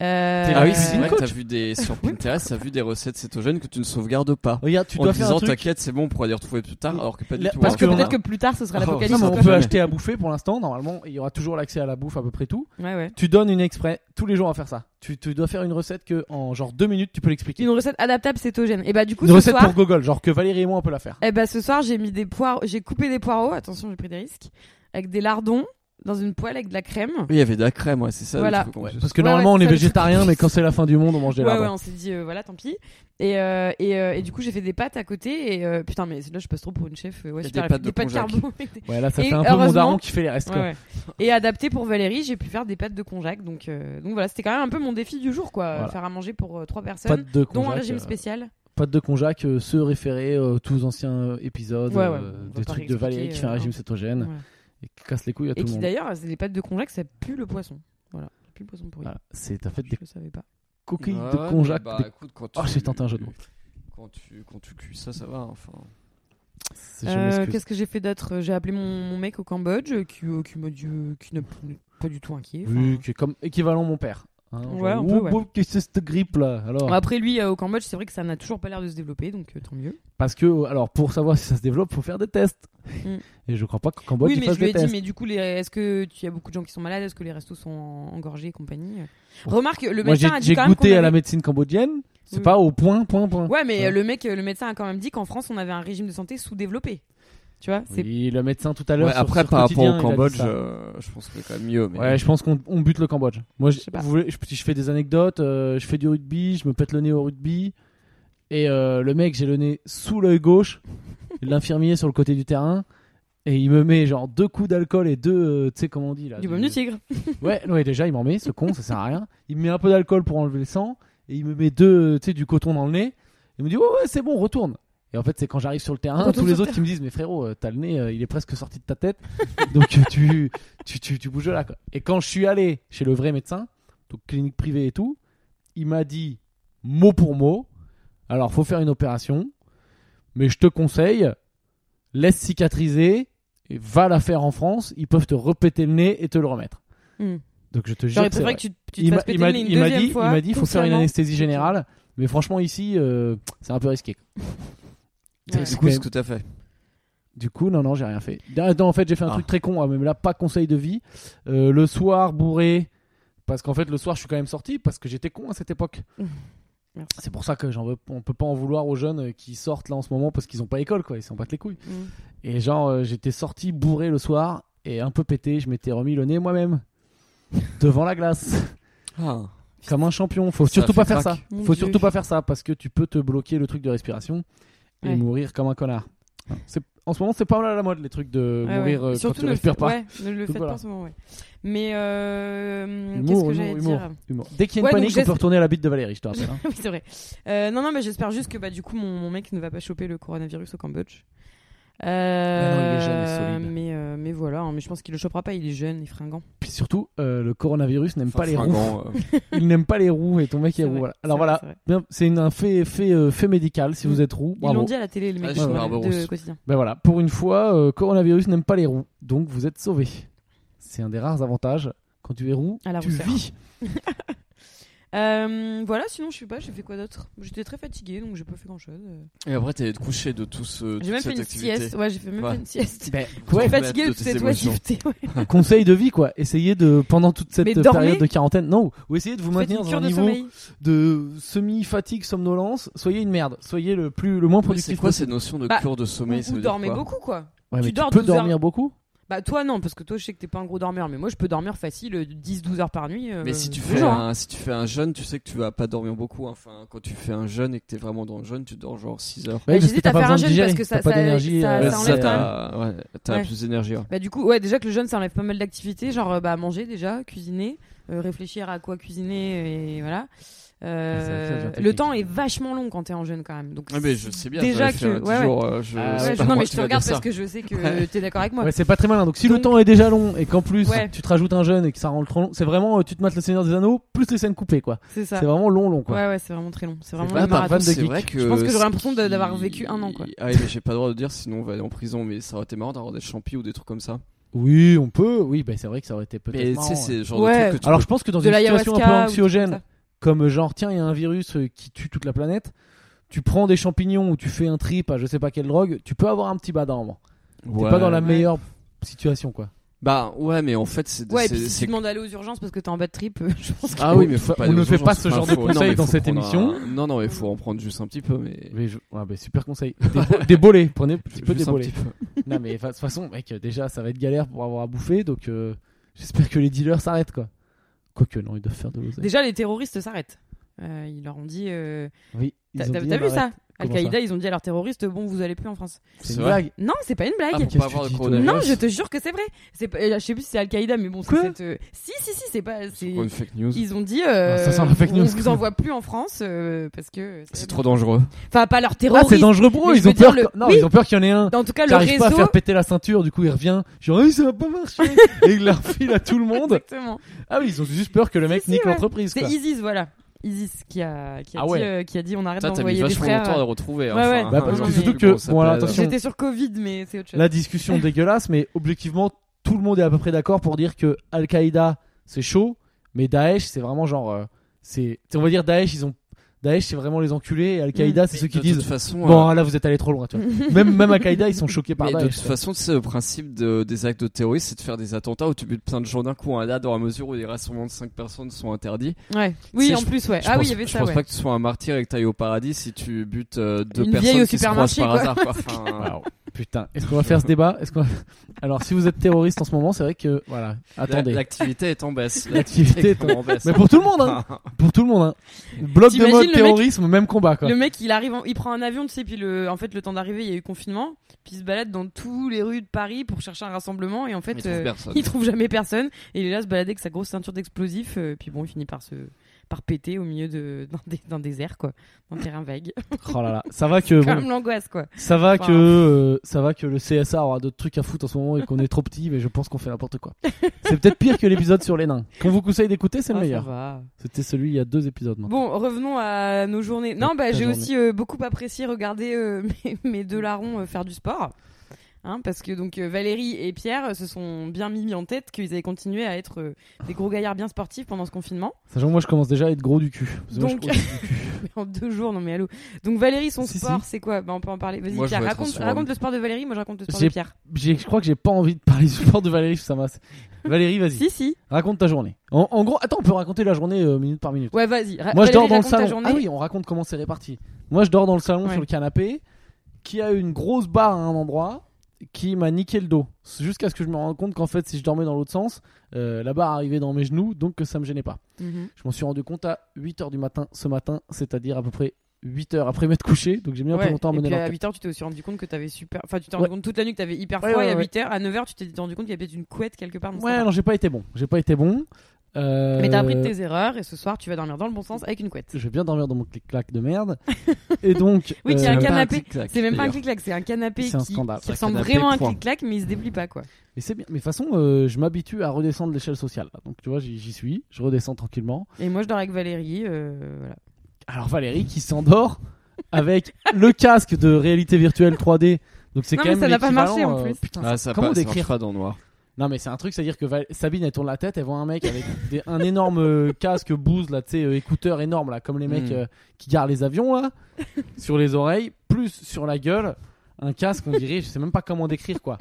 Euh, T'es Ah oui, Euh, c'est vrai que coach. t'as vu des sur Pinterest, t'as vu des recettes cétogènes que tu ne sauvegardes pas. Regarde, tu en dois faire disant un truc. t'inquiète, c'est bon, on pourra les retrouver plus tard, Oui. alors que pas du Là, tout. parce parce hein. que que peut-être on que plus tard ce sera Oh, Non, l'apocalypse. mais on Jamais. peut acheter à bouffer pour l'instant. Normalement, il y aura toujours l'accès à la bouffe à peu près tout. Ouais, ouais. Tu donnes une exprès tous les jours à faire ça. Tu, tu dois faire une recette que en genre deux minutes, tu peux l'expliquer. Une recette adaptable cétogène. Et bah du coup Une ce recette soir, pour Gogol, genre que Valérie et moi on peut la faire. eh bah, ce soir j'ai mis des poireaux, j'ai coupé des poireaux. Attention, j'ai pris des risques avec des lardons dans une poêle avec de la crème. Oui, il y avait de la crème, ouais, c'est ça. le Voilà. truc en Ouais, plus. parce que Ouais, normalement ouais, on est ça, le truc. végétarien, mais quand c'est la fin du monde, on mange des Ouais, lardons. ouais, on s'est dit, euh, voilà, tant pis. Et, euh, et, euh, et du coup, j'ai fait des pâtes à côté. Et euh, putain, mais là, je passe trop pour une chef. euh, Ouais, Et super, elle des fait pâtes de Conjac. carbo. Ouais, là ça Et fait un peu mon heureusement- daron qui fait les restes. Ouais, quoi. ouais. Et adapté pour Valérie, j'ai pu faire des pâtes de conjac. Donc, euh, donc voilà, c'était quand même un peu mon défi du jour, quoi. Voilà. Faire à manger pour euh, trois Pas personnes, de dont un conjac, régime euh, spécial. Pâte de conjac, euh, se référer euh, aux tous anciens euh, épisodes, Ouais, ouais, euh, on va des pas trucs de réexpliquer, Valérie qui fait un euh, régime non. cétogène Voilà. et qui casse les couilles à Et tout le qui monde. d'ailleurs, c'est des pâtes de conjac, ça pue le poisson. Voilà, ça pue le poisson pourri. Voilà. C'est t'as fait Je des le savais pas. coquilles Ouais, de mais conjac. bah, des- écoute, quand Oh, tu- j'ai tenté un jeu de mots. Quand tu, quand tu cuis ça, ça va. Enfin, C'est- je Euh, m'excuse. Qu'est-ce que j'ai fait d'autre J'ai appelé mon, mon mec au Cambodge euh, qui, euh, qui m'a dit euh, qui n'a pas du tout inquiet. enfin. Oui, qui est comme équivalent mon père. hein, genre, hein Ouais, un Ouh, peu, ouais. pauvre, qu'est-ce que c'est cette grippe là Alors, Bon, Après lui, euh, au Cambodge, c'est vrai que ça n'a toujours pas l'air de se développer, donc euh, tant mieux. parce que alors pour savoir si ça se développe, faut faire des tests. Mm. Et je crois pas qu'en Cambodge oui, ils mais fassent je lui des ai dit, tests. mais du coup, les... est-ce que tu y a beaucoup de gens qui sont malades Est-ce que les restos sont en- engorgés et compagnie Remarque, le Moi j'ai médecin a dit j'ai quand même goûté qu'on à la avait- médecine cambodgienne, c'est Oui. pas au point point point. Ouais, mais Ouais. euh, le mec, euh, le médecin a quand même dit qu'en France, on avait un régime de santé sous-développé. Tu vois c'est- Oui, le médecin tout à l'heure. Ouais, sur- après, sur par rapport Quotidien, il au a dit Cambodge, ça. euh, je pense que c'est quand même mieux. Mais... Ouais, je pense qu'on on bute le Cambodge. Moi, je, Je sais pas. vous voulez, je, si je fais des anecdotes, euh, je fais du rugby, je me pète le nez au rugby. Et euh, le mec, j'ai le nez sous l'œil gauche, l'infirmier sur le côté du terrain. Et il me met genre deux coups d'alcool et deux, euh, tu sais comment on dit là du baume du tigre. Ouais, non, et déjà, il m'en met, ce con, ça sert à rien. Il me met un peu d'alcool pour enlever le sang. Et il me met deux, euh, tu sais, du coton dans le nez. Il me dit, ouais, ouais, c'est bon, retourne. Et en fait, c'est quand j'arrive sur le terrain, Retourne tous les sur le autres qui me disent, mais frérot, euh, t'as le nez, euh, il est presque sorti de ta tête. donc euh, tu, tu, tu, tu bouges de là, quoi. Et quand je suis allé chez le vrai médecin, donc clinique privée et tout, il m'a dit mot pour mot, alors faut faire une opération, mais je te conseille, laisse cicatriser, et va la faire en France, ils peuvent te repéter le nez et te le remettre. Hmm. Donc je te jure J'aurais que c'est préféré vrai. que tu, tu te Il m'a fasses péter il le m'a nez dit, une il m'a deuxième dit, fois, il m'a dit, faut faire une consciemment. anesthésie générale, mais franchement ici, euh, c'est un peu risqué. Ouais. C'est Du quand coup, même- ce que t'as fait. Du coup, non, non, j'ai rien fait. Ah, non, en fait, j'ai fait un Ah. truc très con, hein, même là, pas conseil de vie. Euh, le soir, bourré, parce qu'en fait, le soir, je suis quand même sorti, parce que j'étais con à cette époque. Merci. C'est pour ça que j'en veux, on peut pas en vouloir aux jeunes euh, qui sortent là en ce moment, parce qu'ils ont pas école, quoi, ils s'en battent les couilles. Mm. Et genre, euh, j'étais sorti bourré le soir, et un peu pété, je m'étais remis le nez moi-même. Devant la glace, Ah. comme un champion. Faut surtout fait pas faire crack. ça. Mon Faut Dieu. surtout pas faire ça parce que tu peux te bloquer le truc de respiration et Ouais. mourir comme un connard. C'est- En ce moment, c'est pas mal à la mode les trucs de Ouais, mourir ouais. euh, quand Surtout tu ne respires pas. fa- ouais, ne le Donc faites voilà. pas en ce moment, ouais. Mais euh, qu'est-ce Humour, que humour, j'allais humour, dire humour. Dès qu'il y a une Ouais, donc panique, on peut j'essa- retourner à la bite de Valérie, je te rappelle. hein. Oui, c'est vrai. Euh, non, non, mais j'espère juste que bah, du coup, mon, mon mec ne va pas choper le coronavirus au Cambodge. Euh, Ah non, il est jeune et solide. mais, euh, mais voilà, hein, mais je pense qu'il le chopera pas, il est jeune, il est fringant. Puis surtout, euh, le coronavirus n'aime Enfin, pas les roues. fringant, euh, Il n'aime pas les roues et ton mec est, C'est roux. vrai, voilà. c'est Alors vrai, voilà, c'est vrai. Bien, c'est une- un fait, fait, euh, fait médical si Mm. vous êtes roux. Ils l'ont Bravo. dit à la télé, le mec Ah, du je suis journal Barbarousse. de quotidien. Ben voilà, pour une fois, euh, coronavirus n'aime pas les roues, donc vous êtes sauvés. C'est un des rares avantages. Quand tu es roux, À la tu rousseur. vis. Euh, voilà, sinon, je sais pas, j'ai fait quoi d'autre J'étais très fatiguée, donc j'ai pas fait grand chose. Et après, t'es allé te coucher de tout ce. J'ai même fait une sieste, ouais, j'ai fait même Ouais. fait une sieste. Ben, Ouais. J'étais ouais, fatiguée De de toute tes cette émotions. oisiveté, ouais. conseil de vie quoi. Essayez de pendant toute cette Mais euh, dormez. période de quarantaine, non, ou essayez de vous Faites maintenir une dans cure un de niveau sommeil. de semi-fatigue, somnolence. Soyez une merde. Soyez le plus le moins C'est productif. quoi possible. ces notions de Bah, cure de Ou, sommeil ça ou veut dire dormez quoi beaucoup, quoi. Ouais, Tu mais dors tu peux 12 heures. dormir beaucoup. Bah, toi, non, parce que toi, je sais que t'es pas un gros dormeur, mais moi, je peux dormir facile euh, 10-12 heures par nuit. euh, Mais si tu tous fais les jours, hein. un, si tu fais un jeûne, tu sais que tu vas pas dormir beaucoup. hein. Enfin, quand tu fais un jeûne et que t'es vraiment dans le jeûne, tu dors genre 6 heures. Ouais, parce j'hésite que t'as à pas faire besoin un de jeûne digérer, parce que ça- t'as pas ça- d'énergie. ça- euh, ça c'est- enlève quand même. t'as ouais, t'as Ouais. plus d'énergie. ouais. Bah du coup, ouais, déjà que le jeûne, ça enlève pas mal d'activités, genre euh, bah manger déjà, cuisiner, euh, réfléchir à quoi cuisiner et voilà. Euh, Ah, c'est vrai que ça devient le technique. temps est vachement long quand t'es en jeûne quand même. Donc Ouais, mais je sais bien. déjà j'avais fait un que- ouais, dix ouais. jours, euh, je- Ah, c'est ouais, Ouais, pas je- non moi mais qui je te va regarde dire parce ça. que je sais que Ouais. euh, t'es d'accord avec moi. Ouais, c'est pas très malin. Donc si le Donc- temps est déjà long et qu'en plus Ouais. tu te rajoutes un jeûne et que ça rend le trop long, c'est vraiment euh, tu te mates le Seigneur des Anneaux plus les scènes coupées quoi. C'est ça. C'est vraiment long long quoi. Ah, Ouais ouais, c'est vraiment très long. C'est vraiment pas un un marathon. van de C'est geek. vrai que Je pense que j'aurais ce l'impression de- d'avoir qui- vécu un an, quoi. Ah, oui, mais j'ai pas le droit de dire, sinon on va aller en prison. Mais ça aurait été marrant d'avoir des champis ou des trucs comme ça. Oui, on peut. Oui, bah, c'est vrai que ça aurait été Mais peut-être. tu marrant, sais, ouais. c'est le genre Ouais. de truc que tu Alors peux- je pense que dans De une situation un peu l'ayahuasca ou des trucs anxiogène, comme ça. comme euh, genre tiens il y a un virus euh, qui tue toute la planète tu prends des champignons ou tu fais un trip à je sais pas quelle drogue tu peux avoir un petit bad à un moment. t'es Ouais. pas dans la Ouais. meilleure situation quoi Bah ouais, mais en fait, c'est. Ouais, et c'est- puis si c'est- tu demandes d'aller aux urgences parce que t'es en bas de trip, euh, je pense que Ah oui, mais faut On pas ne aller aux fait pas urgences. ce genre Enfin, de faut- non, conseils mais dans faut cette prendre un- émission. Non, non, il faut en prendre juste un petit peu, mais. mais je- ouais, mais super conseil des, bo- des bolets prenez un petit peu des Juste un bolets petit peu. non mais de toute façon mec euh, déjà ça va être galère pour avoir à bouffer donc euh, j'espère que les dealers s'arrêtent quoi quoique non ils doivent faire de l'oseille déjà les terroristes s'arrêtent. Euh, ils leur ont dit. euh, oui ils T'as ont t'as- dit, t'as on vu arrête. ça Comment ça Al-Qaïda, ils ont dit à leurs terroristes bon, vous allez plus en France. c'est C'est une vrai blague Non, c'est pas une blague. Ah, pour Qu'est-ce pas avoir que le tu dis, toi coronavirus. Non, je te jure que c'est vrai. C'est pas, euh, je sais plus si c'est Al-Qaïda, mais bon, c'est Quoi cette. euh, Si, si, si, c'est pas. c'est- Pour une fake news. Ils ont dit. euh, Ah, ça sent la fake On news. vous envoie plus en France euh, parce que. C'est trop dangereux. Enfin, pas leur ah terroristes. c'est dangereux pour eux Mais je ils veux ont peur dire, le- que- non oui. ils ont peur qu'il y en ait un en tout cas, qui le arrive réseau. pas à faire péter la ceinture, du coup il revient, genre Eh, ça va pas marcher et il la refile à tout le monde. Exactement. Ah oui, ils ont juste peur que le mec Si, si, nique ouais. l'entreprise. C'est quoi. Isis, voilà. Isis qui a, qui a, Ah dit, ouais. euh, qui a dit on arrête Putain, t'as mis d'envoyer des vachement longtemps euh, à frères. les retrouver. hein. Ouais, ouais. Enfin, Bah, parce je que sais surtout plus comment que- ça bon, alors, s'appelle. attention. J'étais sur Covid, mais c'est autre chose. La discussion dégueulasse, mais objectivement tout le monde est à peu près d'accord pour dire que Al-Qaïda c'est chaud, mais Daesh c'est vraiment genre euh, c'est c'est- on va dire Daesh ils ont Daesh c'est vraiment les enculés et Mm. Al-Qaïda c'est Mais ceux qui de disent toute façon, euh, bon ah, là vous êtes allé trop loin tu vois. même même Al-Qaïda ils sont choqués par mais de Daesh. toute quoi. façon, tu sais, le principe de- des actes de terrorisme, c'est de faire des attentats où tu butes plein de gens d'un coup. hein. Là, dans la mesure où les rassemblements de 5 personnes sont interdits, Ouais. Oui, C'est- en plus, ouais. je Ah pense, oui, il y avait je ça, pense ouais. pas que tu sois un martyr et que t'ailles au paradis si tu butes euh, deux Une vieille personnes au qui se croisent supermarché, par quoi. hasard. quoi. Enfin, Waouh, Putain, est-ce qu'on va faire ce débat Est-ce qu'on va- Alors, si vous êtes terroriste en ce moment, c'est vrai que voilà, la- attendez. L'activité est en baisse. L'activité est en- vraiment baisse. Mais pour tout le monde, hein. Pour tout le monde, hein. Bloc de T'imagines mode le mec- terrorisme, même combat, quoi. Le mec, il arrive, en- il prend un avion, tu sais, puis le, en fait, le temps d'arriver, il y a eu confinement, puis il se balade dans tous les rues de Paris pour chercher un rassemblement, et en fait, Il trouve euh, personne. il trouve jamais personne, et il est là à se balader avec sa grosse ceinture d'explosifs, euh, puis bon, il finit par se, par péter au milieu de- d'un dé- d'un désert, quoi, d'un terrain vague. Oh là là. Ça va que Quand bon, même l'angoisse, quoi. ça va que Enfin. euh, ça va que le CSA aura d'autres trucs à foutre en ce moment et qu'on est trop petit, mais je pense qu'on fait n'importe quoi. C'est peut-être pire que l'épisode sur les nains. Qu'on vous conseille d'écouter, c'est le Ah, ça meilleur. va. C'était celui il y a deux épisodes. maintenant. Bon, revenons à nos journées. Non, bah, Ta j'ai journée. aussi euh, beaucoup apprécié regarder euh, mes, mes deux larrons euh, faire du sport. Hein, parce que donc euh, Valérie et Pierre euh, se sont bien mis en tête qu'ils avaient continué à être euh, des gros gaillards bien sportifs pendant ce confinement. Sachant que moi je commence déjà à être gros du cul. Parce que moi, je Donc- crois que c'est du cul. Mais en deux jours, non mais allô. Donc Valérie, son Si, sport, c'est quoi bah, On peut en parler. Vas-y, Moi, je Pierre, veux être raconte, transformé. raconte le sport de Valérie. Moi, je raconte le sport J'ai- de Pierre. J'ai- je crois que j'ai pas envie de parler du sport de Valérie Samas. Valérie, vas-y, Si, si. raconte ta journée. En, en gros, attends, on peut raconter la journée euh, minute par minute. Ouais, vas-y. Ra- Moi, je Valérie, dors dans le raconte ta salon. journée. Ah oui, on raconte comment c'est réparti. Moi, je dors dans le salon Ouais. sur le canapé, qui a une grosse barre à un endroit, qui m'a niqué le dos. C'est Jusqu'à ce que je me rende compte qu'en fait, si je dormais dans l'autre sens, euh, la barre arrivait dans mes genoux, donc que ça me gênait pas. Mhm. Je m'en suis rendu compte à 8h du matin ce matin, c'est-à-dire à peu près 8h après m'être couché, donc j'ai mis un Ouais. peu longtemps à et mener puis à l'enquête. 8h, tu t'es aussi rendu compte que t'avais super. Enfin, tu t'es rendu Ouais. compte toute la nuit que t'avais hyper Ouais, froid. ouais, et à ouais. 8h, à 9h, tu t'es rendu compte qu'il y avait peut-être une couette quelque part. dans cet Ouais, appart. non, j'ai pas été bon. J'ai pas été bon. Euh, Mais t'as appris de tes erreurs et ce soir tu vas dormir dans le bon sens avec une couette. Je vais bien dormir dans mon clic-clac de merde. Et donc. Oui, qui a euh, un même pas canapé. clic-clac, C'est même pas un d'ailleurs. clic-clac, c'est un canapé qui, C'est un scandale. qui Un ressemble canapé, vraiment à un point. clic-clac mais il se déplie pas quoi. Mais c'est bien. Mais de toute façon, euh, je m'habitue à redescendre l'échelle sociale. là. Donc tu vois, j'y j'y suis, je redescends tranquillement. Et moi je dors avec Valérie, euh, voilà. Alors Valérie qui s'endort avec le casque de réalité virtuelle 3D. Donc c'est Non, quand mais même ça n'a pas l'équivalent, marché, en euh, plus. putain, Ah, ça comment passe, ça décrire marche pas dans le noir. Non mais c'est un truc, c'est à dire que Val- Sabine elle tourne la tête, elle voit un mec avec des- un énorme euh, casque bouse là, tu sais, euh, écouteur énorme là, comme les mecs Mm. euh, qui gardent les avions là, sur les oreilles, plus sur la gueule, un casque on dirait, je sais même pas comment décrire quoi.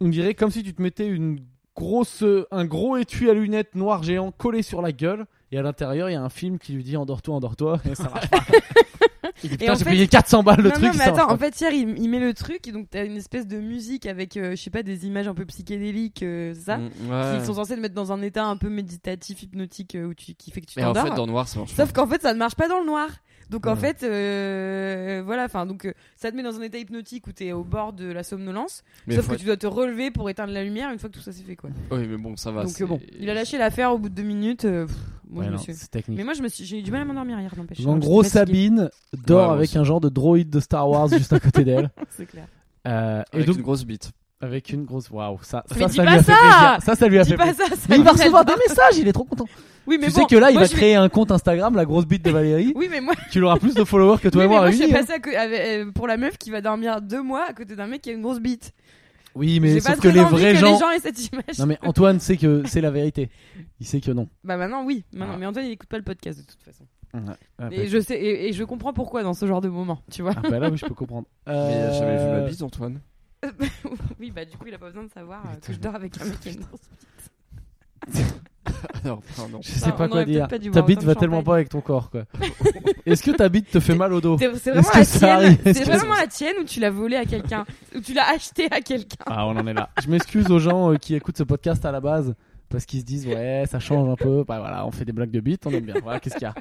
On dirait comme si tu te mettais une grosse, euh, un gros étui à lunettes noir géant collé sur la gueule. Et à l'intérieur, il y a un film qui lui dit endors-toi, endors-toi, et ça marche pas. Il dit, en Putain, j'ai fait- payé 400 balles le non, truc. non mais ça marche attends, pas. en fait hier il, il met le truc et donc t'as une espèce de musique avec euh, je sais pas des images un peu psychédéliques, euh, c'est ça Mm, Qui ouais. sont censés te mettre dans un état un peu méditatif, hypnotique euh, où tu, qui fait que tu Mais en t'endors. fait, dans le noir, ça marche pas. Sauf qu'en fait, ça ne marche pas dans le noir. Donc en Ouais. fait, euh, voilà, enfin donc euh, ça te met dans un état hypnotique où t'es au bord de la somnolence. Mais sauf faut que être- tu dois te relever pour éteindre la lumière une fois que tout ça s'est fait quoi. Oui, mais bon, ça va. donc Bah, c'est- euh, bon, il a lâché l'affaire au bout de deux minutes. euh, pff, moi, Ouais, je me non, suis- c'est technique. Mais moi je me suis, j'ai eu du mal à m'endormir hier, n'empêche. En Je gros, suis fatiguée. Sabine dort Ouais, moi avec aussi. un genre de droïde de Star Wars juste à côté d'elle. C'est clair. Euh, et Avec donc, une grosse bite. avec une grosse. Waouh, ça, Mais ça, dis ça lui pas a fait ça plaisir. Ça, ça lui a Dis fait pas plaisir. ça. ça Mais il va me fait recevoir des peur. messages, il est trop content. Oui, mais tu bon, sais que là, il moi, va je vais- créer un compte Instagram, la grosse bite de Valérie. Oui, mais moi, Tu l'auras plus de followers que toi oui, et mais moi moi je suis réunis. hein. passée à co- avec- euh, pour la meuf qui va dormir deux mois à côté d'un mec qui a une grosse bite. Oui, mais J'ai pas sauf que très les envie vrais que gens. les gens aient cette image. Non, mais Antoine sait que c'est la vérité. Il sait que non. Bah maintenant oui, maintenant. Ah. Mais Antoine il écoute pas le podcast de toute façon. Ah, Et je sais et, et je comprends pourquoi dans ce genre de moment, tu vois. ah, bah là, oui, je peux comprendre. Mais Euh, j'avais vu ma bite, Antoine. Ah. oui, bah du coup, il a pas besoin de savoir euh, que Putain. je dors avec un mec qui a une grosse bite. Alors, pardon. Je sais Enfin, pas on quoi aurait peut-être dire. pas dû ta boire bite autant va de tellement champagne. pas avec ton corps, quoi. Est-ce que ta bite te fait mal au dos C'est Est-ce c'est vraiment que la ça tienne, arrive Est-ce c'est que- vraiment la tienne où tu l'as volée à quelqu'un, où tu l'as achetée à quelqu'un. Ah, on en est là. Je m'excuse aux gens euh, qui écoutent ce podcast à la base parce qu'ils se disent ouais, ça change un peu. Bah voilà, on fait des blagues de bite, on aime bien. Voilà, qu'est-ce qu'il y a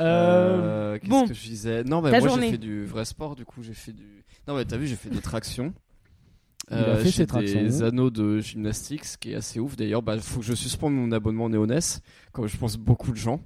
Euh, Euh, Qu'est-ce bon. que je disais Non, mais Ta moi journée. j'ai fait du vrai sport, du coup j'ai fait du. Non, mais t'as vu, j'ai fait des tractions. Euh, Il a fait j'ai ses des tractions. hein. anneaux de gymnastique, ce qui est assez ouf. D'ailleurs, bah, faut que je suspende mon abonnement Néoness, comme je pense beaucoup de gens.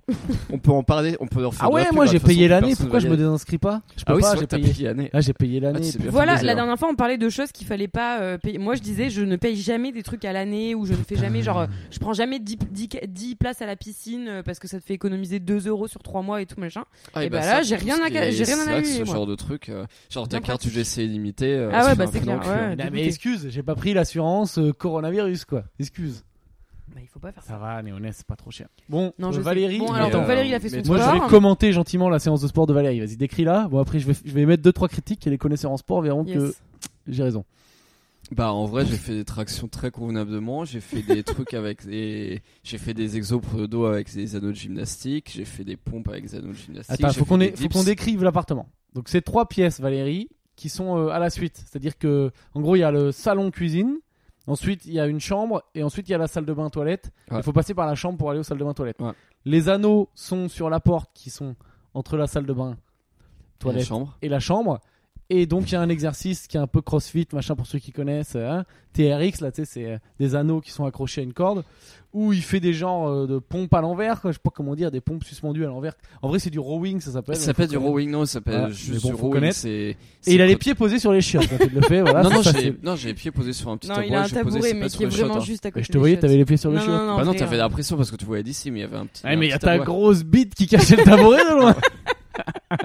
on peut en parler, on peut en faire. Ah de la ouais, pub, moi bah, de j'ai toute payé façon, l'année. personne Pourquoi va y je me aller. désinscris pas Je peux Ah oui, pas. c'est J'ai vrai que t'as payé. payé l'année. Là, j'ai payé Ah, l'année. tu sais bien. Voilà, plaisir. la dernière fois on parlait de choses qu'il fallait pas euh, payer. Moi je disais je ne paye jamais des trucs à l'année ou je ne fais jamais genre euh, je prends jamais 10, 10 10 places à la piscine euh, parce que ça te fait économiser 2 euros sur 3 mois et tout macin. Ah, Eh et ben bah ça, là, j'ai pour rien tout à ce qui ga- est j'ai rien à Slack, gagner, Ce moi. genre de truc, euh, genre ta Bien carte pratique. UGC illimitée. euh, Ah ouais, c'est bah, un c'est peu clair, l'enculé. ouais. Non, mais dégoûté. excuse, j'ai pas pris l'assurance euh, coronavirus quoi. Excuse. Bah il faut pas faire ça. Ça va, Néonès, c'est pas trop cher. Bon, Non, euh, je sais. Valérie. Bon, mais alors Mais, donc attends, euh, Valérie il a fait son mais Moi, je vais sport. commenter gentiment la séance de sport de Valérie. Vas-y, décris-la. Bon, après, je vais, je vais mettre deux trois critiques et les connaisseurs en sport verront que Yes. j'ai raison. Bah en vrai j'ai fait des tractions très convenablement, j'ai fait des trucs avec des... J'ai fait des exos pour le dos avec des anneaux de gymnastique, j'ai fait des pompes avec des anneaux de gymnastique. Attends, Bah, j'ai faut fait qu'on des ait- faut dips. qu'on décrive l'appartement. Donc c'est trois pièces, Valérie, qui sont euh, à la suite. C'est-à-dire que, en gros, il y a le salon cuisine. Ensuite, il y a une chambre et ensuite il y a la salle de bain toilette. Il Ouais. faut passer par la chambre pour aller aux salles de bain toilette. Ouais. Les anneaux sont sur la porte qui sont entre la salle de bain Dans la toilette chambre. et la chambre. Et donc, il y a un exercice qui est un peu crossfit, machin, pour ceux qui connaissent. hein. TRX, là, tu sais, c'est euh, des anneaux qui sont accrochés à une corde. Où il fait des genres euh, de pompes à l'envers, quoi. Je sais pas comment dire, des pompes suspendues à l'envers. En vrai, c'est du rowing, ça s'appelle. Ça s'appelle du Donc, rowing, non, ça s'appelle Voilà, Ah, mais juste bon, du faut rowing. connaître. c'est- Et c'est il a les quand- pieds posés sur les chiottes quand il le fait, voilà. Non, non, ça, j'ai c'est- non, j'ai les pieds posés sur un petit Non, tabouret. il a un je posais, tabouret, c'est mais pas qui sur est les vraiment shots, hein. juste hein. à Mais côté. je te voyais, des t'avais les pieds sur shots. les Non, chiottes. non, non, Bah non, frère. t'avais l'impression parce que tu voyais d'ici, mais il y avait un petit. Ouais, mais il y a petit ta tabouret. grosse bite qui cachait le tabouret de loin.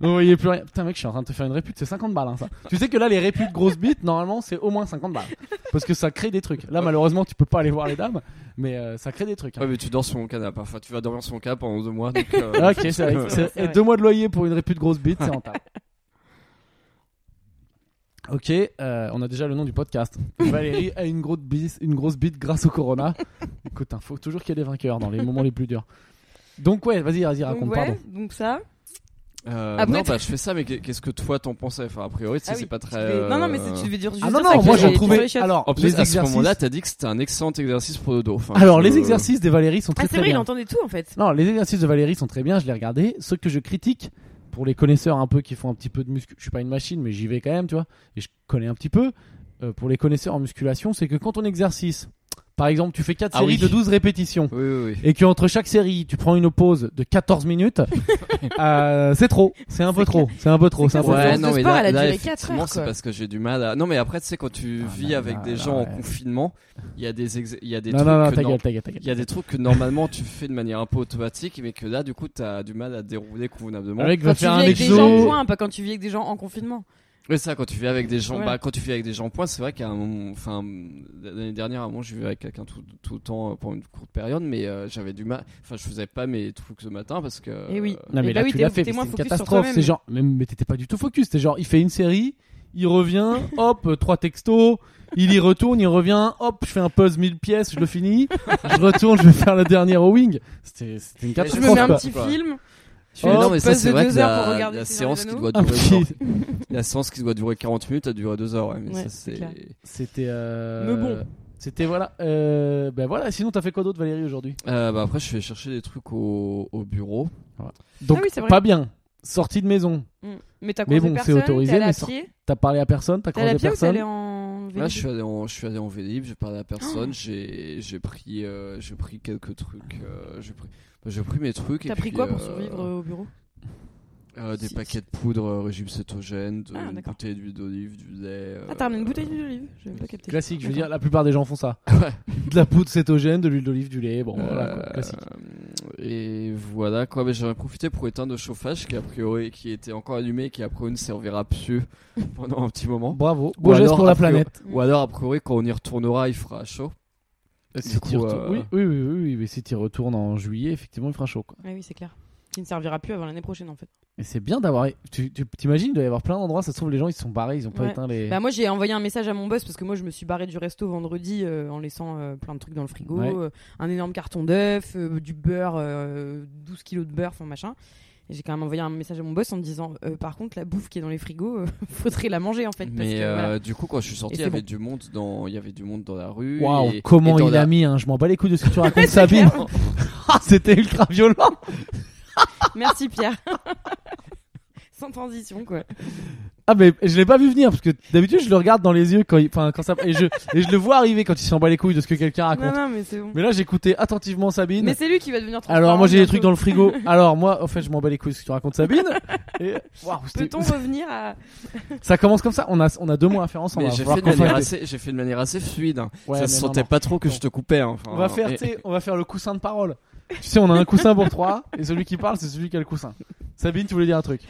Vous voyez plus rien. Putain, mec, je suis en train de te faire une répute, c'est 50 balles, hein, ça. Tu sais que là, les réputes grosses bites, normalement, c'est au moins 50 balles. Parce que ça crée des trucs. Là, malheureusement, tu peux pas aller voir les dames, mais euh, ça crée des trucs. hein. Ouais, mais tu dors sur mon canapé. Parfois, tu vas dormir sur mon canapé pendant deux mois. donc, euh, Ah, ok, c'est vrai, euh, c'est- c'est vrai. et deux mois de loyer pour une répute grosse bite, c'est rentable. Ok, euh, on a déjà le nom du podcast. Valérie a une grosse bite, une grosse bite grâce au Corona. Écoute, il faut toujours qu'il y ait des vainqueurs dans les moments les plus durs. Donc ouais, vas-y, vas-y, raconte. Donc, Pardon. ouais, donc ça. euh, Après, non, t'as- bah, je fais ça, mais qu'est- qu'est-ce que toi t'en pensais Enfin, a priori, tu sais, Ah oui, c'est pas très. Mais- Non, non, mais c'est- euh, tu devais dire juste Ah dire non ça, non, que moi t'avais j'ai les pieds sur trouvé. les chiottes. Alors En plus, les à ce exercices. moment-là, t'as dit que c'était un excellent exercice pour le dos. Enfin, Alors je- les exercices des Valérie sont très Ah, c'est très vrai, il bien. entendait tout en fait. Non, les exercices de Valérie sont très bien, je les regardais. Ceux que je critique, pour les connaisseurs un peu qui font un petit peu de muscu, je suis pas une machine, mais j'y vais quand même, tu vois, et je connais un petit peu. Euh, pour les connaisseurs en musculation, c'est que quand on exercice, par exemple, tu fais 4 Ah séries oui. de 12 répétitions. Oui, oui, oui. Et que entre chaque série, tu prends une pause de 14 minutes, euh, c'est trop, c'est un peu C'est trop, c'est un peu trop, C'est c'est un peu clair. trop. séance de sport, elle a duré quatre effectivement, heures, c'est quoi. parce que j'ai du mal à. Non, mais après, tu sais, quand tu Ah, vis là, avec là, des là, gens ouais. en confinement, il y a des ex- il y a des Non, trucs non, non, que ta non- gueule, ta gueule, ta gueule. Il y a des trucs que normalement tu fais de manière un peu automatique, mais que là, du coup, t'as du mal à dérouler convenablement. Le mec Quand va tu vis faire un avec des exo. gens point, pas quand tu vis avec des gens en confinement. Oui, ça, quand tu vis avec des gens, Voilà. bah, quand tu vis avec des gens point, c'est vrai qu'à un moment, enfin, l'année dernière, à un moment, je vivais avec quelqu'un tout, tout le temps euh, pendant une courte période, mais euh, j'avais du mal, enfin, je faisais pas mes trucs le matin parce que. Eh oui. Non mais Et là bah oui, tu t'es- l'as fait, t'es mais moins c'est une focus sur catastrophe. toi-même. C'est genre, mais, mais t'étais pas du tout focus. C'est genre, il fait une série, il revient, hop, euh, trois textos, il y retourne, il revient, hop, je fais un puzzle mille pièces, je le finis, je retourne, je vais faire la dernière au wing. C'était c'était une Et Je Je me catastrophe. mets un quoi. petit quoi. film. Je fais Mais Oh, une non, petite mais ça, pause c'est de vrai que deux heures pour la, regarder la Seigneur des séance qui Anneaux. doit Un durer, petit- genre, la séance qui doit durer 40 minutes, a duré 2 heures, ouais, mais Ouais, ça, c'est c'est. clair. C'était. euh, Mais bon. C'était voilà. euh, ben voilà. Sinon t'as fait quoi d'autre Valérie aujourd'hui Euh, bah, après, je vais chercher des trucs au, au bureau. Donc Ah oui, c'est vrai. pas bien. Sortie de maison. Mm. Mais t'as Mais croisé bon, c'est personne, autorisé, t'es allé mais à ça- pied. T'as parlé à personne. T'as T'es allé à croisé pied ou personne. t'es allé en vélo Là, je suis allé en, je suis allé en Vélib, j'ai parlé à personne, j'ai, j'ai pris, euh, j'ai pris quelques trucs, euh, j'ai pris, bah, j'ai pris mes trucs. et T'as pris puis, quoi pour euh, survivre euh, au bureau Euh, des Si- paquets de poudre euh, régime cétogène, de, Ah, une d'accord. bouteille d'huile d'olive, du lait. euh, Ah, t'as ramené une bouteille d'huile d'olive J'avais pas capté. Classique. Je veux D'accord. Ah dire, la plupart des gens font ça. Ouais. De la poudre cétogène, de l'huile d'olive, du lait. Bon, euh, voilà. quoi, Classique. et voilà quoi, mais j'avais profité pour éteindre le chauffage qui a priori qui était encore allumé et qui a priori ne servira plus pendant un petit moment. Bravo. Ou Beau geste alors, pour la a priori- planète. Mm. Ou alors a priori quand on y retournera il fera chaud. Si Du coup, t'y retournes- euh, Bah, oui, oui, oui, oui, oui, mais si tu retournes en juillet, effectivement, il fera chaud. Quoi. Ah oui, c'est clair. Qui ne servira plus avant l'année prochaine en fait. Et c'est bien d'avoir. Tu tu- t'imagines, il doit y avoir plein d'endroits, ça se trouve, les gens ils se sont barrés, ils ont pas Ouais. éteint les. Bah moi j'ai envoyé un message à mon boss parce que moi je me suis barré du resto vendredi euh, en laissant euh, plein de trucs dans le frigo, Ouais. euh, un énorme carton d'œuf, euh, du beurre, euh, 12 kilos de beurre, enfin machin. Et j'ai quand même envoyé un message à mon boss en me disant euh, par contre la bouffe qui est dans les frigos, euh, faudrait la manger en fait. Parce Mais que, euh, voilà. du coup quand je suis sorti Et il c'est y avait bon. du monde dans il y avait du monde dans la rue. Waouh, et- comment et dans il la- a mis, hein, je m'en bats les couilles de ce que tu racontes, Sabine. clair. Ah, C'était ultra violent. Merci Pierre. Sans transition quoi. Ah, mais je l'ai pas vu venir, parce que d'habitude je le regarde dans les yeux quand, il... enfin, quand ça. Et je... et je le vois arriver quand il s'en bat les couilles de ce que quelqu'un raconte. Non non mais c'est bon. Mais là, j'écoutais attentivement Sabine. Mais c'est lui qui va devenir Alors, moi j'ai transparent des trucs dans le frigo. Alors, moi, en fait, je m'en bats les couilles de ce que tu racontes, Sabine. Et... Waouh, c'était- Peut-on revenir à ça commence comme ça. On a, on a deux mois à faire ensemble. Mais hein. j'ai Voir fait, de qu'on fasse manière des- assez- j'ai fait de manière assez fluide. hein. Ouais, ça mais se non, sentait non. pas trop que je te coupais. hein. Enfin, On va faire, et- tu sais, on va faire le coussin de parole. Tu sais, on a un coussin pour trois, et celui qui parle, c'est celui qui a le coussin. Sabine, tu voulais dire un truc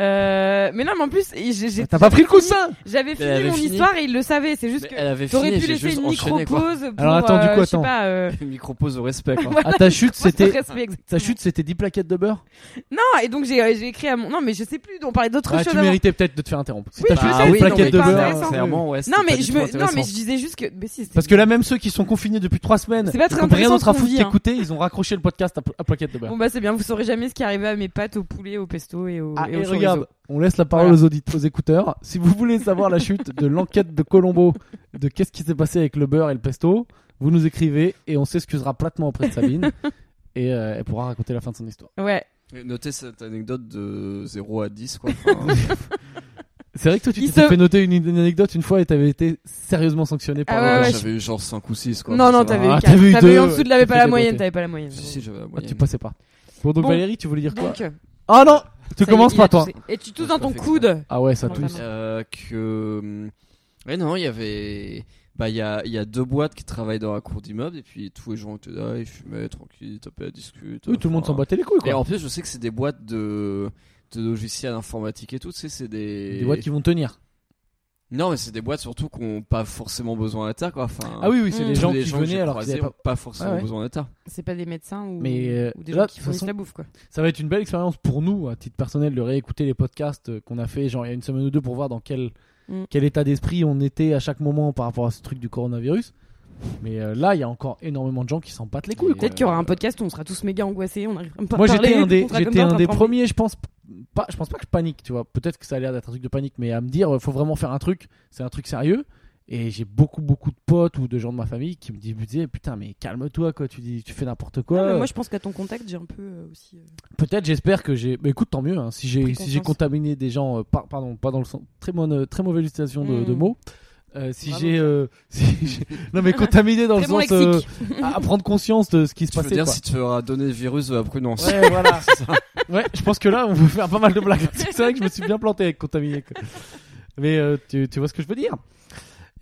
Euh, mais non, mais en plus, et j'ai- j'ai- Ah, T'as pas pris le coussin J'avais Elle fini avait mon fini. histoire et il le savait. C'est juste Mais que elle avait t'aurais fini, pu j'ai laisser juste une enchaîné quoi. micro-pause pour. Alors, attends, du euh, coup, je sais attends. pas, euh, Une micro-pause au respect quoi. Ah, ta chute, pause de c'était. respect, exactement. Ta chute, c'était 10 plaquettes de beurre Non, et donc j'ai euh, j'ai écrit à mon. Non, mais je sais plus, on parlait d'autre Ah, chose Tu avant. méritais peut-être de te faire interrompre. Si Oui, Ah ta je chute, sais, c'était oui, une non, plaquette mais de pas beurre. intéressant. Clairement, ouais, c'était Non, pas mais du je tout me. Non, mais intéressant. je disais juste que. Mais si, c'était- Parce que là, même ceux qui sont confinés depuis 3 semaines, C'est pas ils très n'ont rien intéressant d'autre à ce qu'on foutre vit, hein. qu'écouter, ils ont raccroché le podcast à, pla- à plaquettes de beurre. Bon, bah, c'est bien, vous saurez jamais ce qui arrivait à mes pâtes au poulet, au pesto et au. Ah, et au chorizo. regarde, on laisse la parole aux, auditeurs, aux écouteurs. Si vous voulez savoir la chute de l'enquête de Colombo, de qu'est-ce qui s'est passé avec le beurre et le pesto, vous nous écrivez et on s'excusera platement auprès de Sabine. Et euh, elle pourra raconter la fin de son histoire. Ouais. Ah Notez cette anecdote de 0 à 10 quoi. Enfin, C'est vrai que toi, tu Il t'es se- fait noter une, une anecdote une fois et t'avais été sérieusement sanctionné par. Ah ouais, euh, ouais, je- j'avais eu genre 5 ou 6 quoi. Non, non, t'as Ça va. t'avais eu Ah, quatre. t'as vu T'avais eu en deux, dessous de l'avais pas la t'étais moyenne, bloqué. t'avais pas la moyenne. Si, si, j'avais la Ah, tu moyenne. passais pas. Bon, donc Bon. Valérie, tu voulais dire quoi Donc, Ah non Tu ça y est, commences il par a toi. toussé. Et tu tousses Ouais, dans je ton l'ai fait coude. Ah ouais, ça Comment tousse. ça Euh, que. euh, Ouais, non, il y avait. Bah, il y a, il y a deux boîtes qui travaillent dans la cour d'immeuble, et puis tous les gens étaient là, ils fumaient tranquille, ils tapaient la discute. Oui, tout le monde s'en enfin. battait les couilles Et quoi. en plus, je sais que c'est des boîtes de, de logiciels informatiques et tout, tu sais, c'est des. Des boîtes qui vont tenir. Non, mais c'est des boîtes surtout qui n'ont pas forcément besoin d'atta, quoi. Enfin, Ah oui, oui, c'est Mm. des tous gens les qui que venaient j'ai alors qu'ils croisés avaient pas. ont forcément Ah ouais. besoin d'atta. C'est pas des médecins ou, Mais, euh, ou des là, gens de qui toute fournissent façon- la bouffe, quoi. Ça va être une belle expérience pour nous, à titre personnel, de réécouter les podcasts euh, qu'on a fait, genre il y a une semaine ou deux, pour voir dans quel, Mm. quel état d'esprit on était à chaque moment par rapport à ce truc du coronavirus. Mais euh, là, il y a encore énormément de gens qui s'en battent les couilles. quoi. Peut-être qu'il y aura un podcast où on sera tous méga angoissés, on n'arrivera pas Moi, à parler. j'étais un des, on sera comme j'étais ça, en un train des de trembler. premiers, je pense. Pas, je pense pas que je panique, tu vois. Peut-être que ça a l'air d'être un truc de panique, mais à me dire, euh, faut vraiment faire un truc, c'est un truc sérieux. Et j'ai beaucoup, beaucoup de potes ou de gens de ma famille qui me dis- me disaient, putain, mais calme-toi, quoi. Tu dis, tu fais n'importe quoi. Non, mais moi, je pense qu'à ton contact, j'ai un peu euh, aussi. euh, Peut-être, j'espère que j'ai. Mais écoute, tant mieux. hein. Si j'ai Pris si j'ai conscience. contaminé des gens, euh, par- pardon, pas dans le sens très bonne, euh, très mauvaise utilisation de, Mm. de mots. Euh, si Bravo. j'ai, euh, si j'ai- non mais contaminé dans le Très bon sens euh, lexique. à, à prendre conscience de ce qui se Tu veux passait. dire quoi. si tu auras donné le virus de la prudence Ouais, voilà. ouais, je pense que là, on peut faire pas mal de blagues. C'est vrai que je me suis bien planté avec contaminé. quoi. Mais euh, tu, tu vois ce que je veux dire.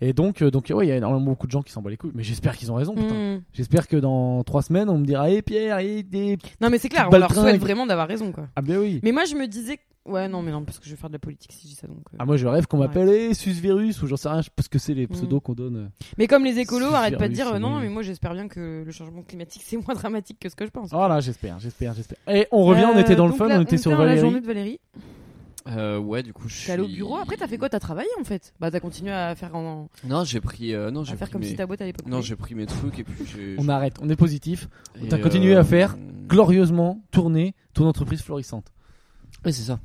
Et donc, euh, donc ouais, il y a énormément beaucoup de gens qui s'en battent les couilles. Mais j'espère qu'ils ont raison. putain. Mm. J'espère que dans trois semaines, on me dira, hé Pierre, hé des. Non, mais c'est clair, Petite on leur baltringue. souhaite vraiment d'avoir raison, quoi. Ah ben oui. Mais moi, je me disais. que- Ouais, non, mais non, parce que je vais faire de la politique si je dis ça, donc. euh. Ah moi je rêve qu'on m'appelle eh, Susvirus ou j'en sais rien parce que c'est les pseudos qu'on donne. euh. Mais comme les écolos, Si, arrête pas de virus, dire euh, non, non, oui. mais moi j'espère bien que le changement climatique c'est moins dramatique que ce que je pense. Euh, Voilà Oh j'espère j'espère j'espère. Et Ah, on revient on était dans le fun Euh, on était sur la Valérie. journée de Valérie. Euh, Ouais, du coup, je suis. T'es allé au bureau. Après, t'as fait quoi T'as travaillé en fait Bah, t'as continué à faire en- Ah, Non, j'ai pris. euh, non, à j'ai faire pris comme mes- si ta boîte allait pas. Non, couler. j'ai pris mes trucs et puis j'ai. On arrête on est positif et, T'as continué à faire euh, glorieusement tourner ton entreprise florissante. Oui, c'est ça.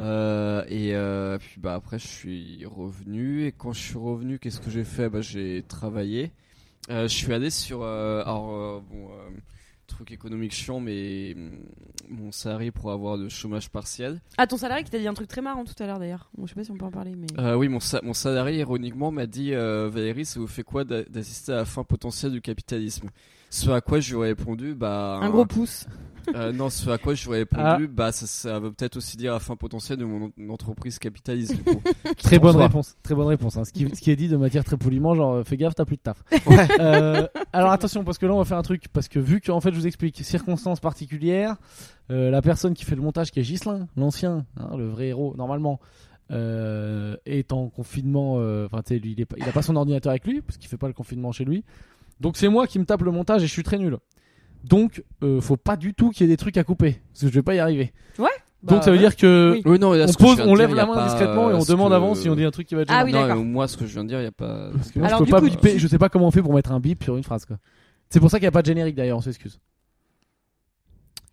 Euh, et euh, puis bah après je suis revenu et quand je suis revenu qu'est-ce que j'ai fait bah j'ai travaillé Euh, je suis allé sur euh, alors euh, bon euh, truc économique chiant mais hum, mon salarié pour avoir le chômage partiel Ah, ton salarié qui t'a dit un truc très marrant tout à l'heure d'ailleurs. Bon, je sais pas si on peut en parler, mais. Euh, oui mon, sa- mon salarié ironiquement m'a dit euh, Valérie ça vous fait quoi d'a- d'assister à la fin potentielle du capitalisme ce à quoi je lui ai répondu bah Un gros pouce. Euh, non, ce à quoi je j'aurais répondu, Ah. bah, ça, ça veut peut-être aussi dire la fin potentielle de mon en- entreprise capitaliste. du coup. Très Qui bonne pensera. réponse très bonne réponse hein. ce, qui, ce qui est dit de manière très poliment genre euh, fais gaffe t'as plus de taf. Ouais. Euh, alors attention parce que là on va faire un truc parce que vu que en fait je vous explique circonstances particulières euh, la personne qui fait le montage qui est Ghislain l'ancien hein, le vrai héros normalement euh, est en confinement euh, enfin tu sais lui il, est pas- il a pas son ordinateur avec lui parce qu'il fait pas le confinement chez lui donc c'est moi qui me tape le montage et je suis très nul donc euh, faut pas du tout qu'il y ait des trucs à couper parce que je vais pas y arriver donc Bah, ça veut ouais. dire que Oui. Oui, non, mais là, on ce que je pose viens on de lève dire, la y a main pas, discrètement et euh, on ce demande que- avant si on dit un truc qui va être gênant. Ah oui, non, d'accord. mais moi, ce que je viens de dire, il n'y a pas. Parce que moi, Alors, je peux du pas coup, biper, tu- je sais pas comment on fait pour mettre un bip sur une phrase quoi. C'est pour ça qu'il n'y a pas de générique d'ailleurs, on s'excuse.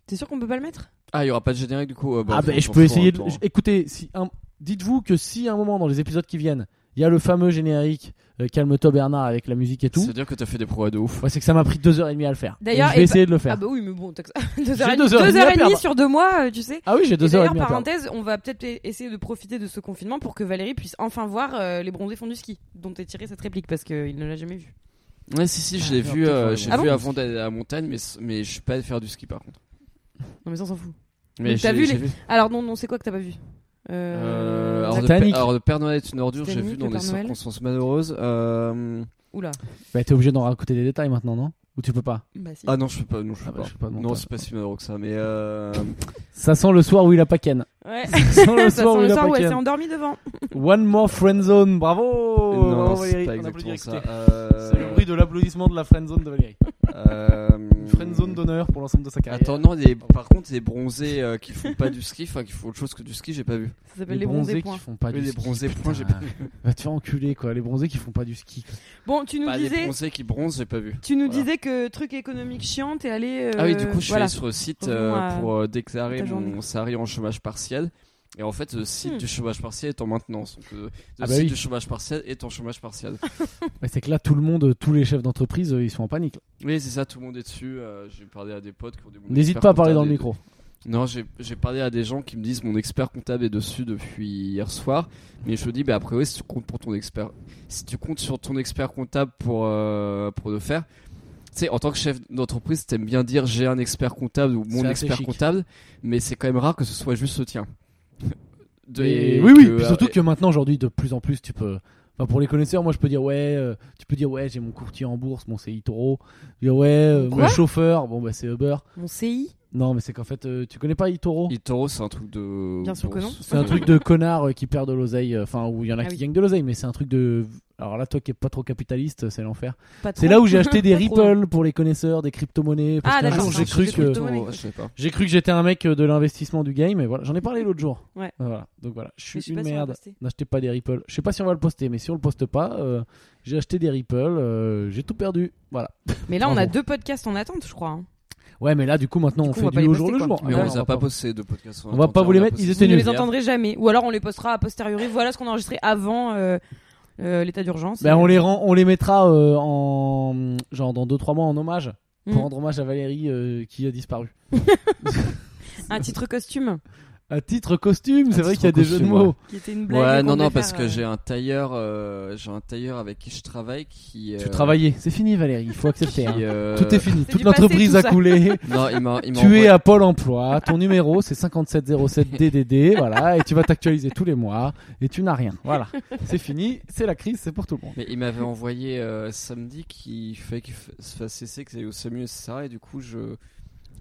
T'es sûr qu'on peut pas le mettre Ah, il n'y aura pas de générique du coup. euh, bah, ah on ben s'en je fout, peux essayer de... attends. j- Écoutez, si un... dites-vous que si à un moment dans les épisodes qui viennent, il y a le fameux générique euh, Calme-toi Bernard avec la musique et tout, C'est-à-dire que t'as fait des progrès de ouf. ouais, c'est que ça m'a pris deux heures et demie à le faire. Et D'ailleurs, je vais et essayer de le faire. Ah Ah, bah oui, mais bon, t'as que ça. deux heures et deux heures et demie- deux demie à heures et demie perdre. sur deux mois, euh, tu sais. Ah oui, j'ai Et deux heures et D'ailleurs, demie à perdre. parenthèse, on va peut-être e- essayer de profiter de ce confinement pour que Valérie puisse enfin voir euh, les bronzés fonds du ski, dont est tirée cette réplique parce qu'il ne l'a jamais vue. Ouais, si, si, je l'ai Ah, vu, peut-être, euh, ouais, j'ai ouais. vu Ah bon avant d'aller à la montagne, mais, c- mais je suis pas allé faire du ski par contre. Non, mais ça, on s'en fout. Mais Donc, t'as j'ai- vu j'ai les- Alors, non, non, c'est quoi que t'as pas vu Euh, euh... alors, le Titanic. Père- alors, le Père Noël est une ordure, j'ai Titanic, vu dans le des Père Noël. circonstances malheureuses. euh, Oula. Bah t'es obligé d'en raconter des détails maintenant, non Ou tu peux pas Bah, si. Ah non, je peux pas. Non, je Ah peux bah, pas. je peux pas, non, Non, t'as- c'est pas si malheureux que ça, mais. euh, Ça sent le soir où il a pas Ken. Ouais. Ça sent ça le sent soir où le il a soir pas où elle s'est Ken. endormie devant. One more friend zone, bravo non, Bravo, non, c'est Oh, Valérie. pas On exactement applaudit, ça. écoutez. Euh, C'est le bruit de l'applaudissement de la friend zone de Valérie. euh, Une friend zone d'honneur pour l'ensemble de sa carrière. Attends, non, les- par contre, les bronzés euh, qui font pas du ski, enfin qui font autre chose que du ski, j'ai pas vu. Ça s'appelle les bronzés, points. qui font pas Oui, du les ski. bronzés putain. points, j'ai pas vu. Va te faire enculer quoi, les bronzés qui font pas du ski. quoi. Bon, tu nous Pas les disais. bronzés qui bronzent, j'ai pas vu. Tu nous Voilà. disais que truc économique chiant, t'es allé. euh, Ah oui, du coup, je suis voilà. allé sur le site Revenons euh, à pour euh, déclarer ta journée. mon salarié en chômage partiel. Et en fait, le site Hmm. du chômage partiel est en maintenance. Donc, euh, le Ah bah site oui. du chômage partiel est en chômage partiel. Mais c'est que là, tout le monde, tous les chefs d'entreprise, euh, ils sont en panique. là. oui, c'est ça, tout le monde est dessus. euh, j'ai parlé à des potes qui ont des bons N'hésite experts pas à parler dans le comptables et- micro. Non, j'ai j'ai parlé à des gens qui me disent mon expert comptable est dessus depuis hier soir, mais je me dis bah après oui, si tu comptes pour ton expert, si tu comptes sur ton expert comptable pour euh, pour le faire, tu sais en tant que chef d'entreprise, t'aimes bien dire j'ai un expert comptable ou mon assez expert chic. comptable, mais c'est quand même rare que ce soit juste le tien. De- Et et oui, oui, que- euh, puis surtout et- que maintenant, aujourd'hui, de plus en plus, tu peux. Enfin, pour les connaisseurs, moi je peux dire ouais, euh, tu peux dire ouais, j'ai mon courtier en bourse, mon CI Toro. Je dis, ouais, euh, Quoi mon chauffeur, bon bah c'est Uber. Mon CI Non, mais c'est qu'en fait, euh, tu connais pas Itoro eToro, c'est un truc de. Bien sûr que non. C'est un truc de connard euh, qui perd de l'oseille, euh, enfin, où il y en a Ah qui oui. gagnent de l'oseille, mais c'est un truc de. Alors là, toi qui es pas trop capitaliste, euh, c'est l'enfer. Pas trop. C'est là où j'ai acheté des Pas trop, hein. Ripple pour les connaisseurs, des crypto-monnaies. Parce Ah, qu'un d'accord, jour, ça j'ai marche, cru des que. cryptos. eToro, je sais pas. J'ai cru que j'étais un mec euh, de l'investissement du game, et voilà. J'en ai parlé l'autre jour. Ouais. Euh, Voilà. Donc voilà, je Mais suis je sais une pas si on va merde. poster. N'achetez pas des Ripple. Je sais pas si on va le poster, mais si on le poste pas, euh, j'ai acheté des Ripple, euh, j'ai tout perdu. Voilà. Mais là, on a Bravo. deux podcasts en attente, je crois. hein. Ouais, mais là, du coup, maintenant, Du on coup, on fait va pas du les au jour poster, le jour. quoi. Mais Ah, on ouais, les a pas postés de podcast. On va pas vous les mettre, ils Vous étaient ne nul. les entendrez jamais. Ou alors, on les postera a posteriori. Voilà ce qu'on a enregistré avant euh, euh, l'état d'urgence. Ben, on les rend, on les mettra euh, en genre dans 2-3 mois en hommage pour Mm. rendre hommage à Valérie euh, qui a disparu. Un titre costume À titre costume, c'est À vrai titre qu'il y a des jeux de costume, mots. ouais. qui était une blague. Ouais, qu'on non, devait non, parce faire, que euh, j'ai un tailleur, euh, j'ai un tailleur avec qui je travaille qui. Tu euh, travaillais, c'est fini Valérie, il faut qui, accepter. hein. euh, Tout est fini, toute du passé, l'entreprise tout a ça. coulé. Non, il m'a, il m'a Tu es envoyé- à Pôle emploi, ton numéro c'est 5707 DDD, voilà, et tu vas t'actualiser tous les mois, et tu n'as rien, voilà. C'est fini, c'est la crise, c'est pour tout le monde. Mais il m'avait envoyé euh, samedi qu'il fallait qu'il fa- se fasse cesser, que c'est au SAMU, etc. Et du coup, je.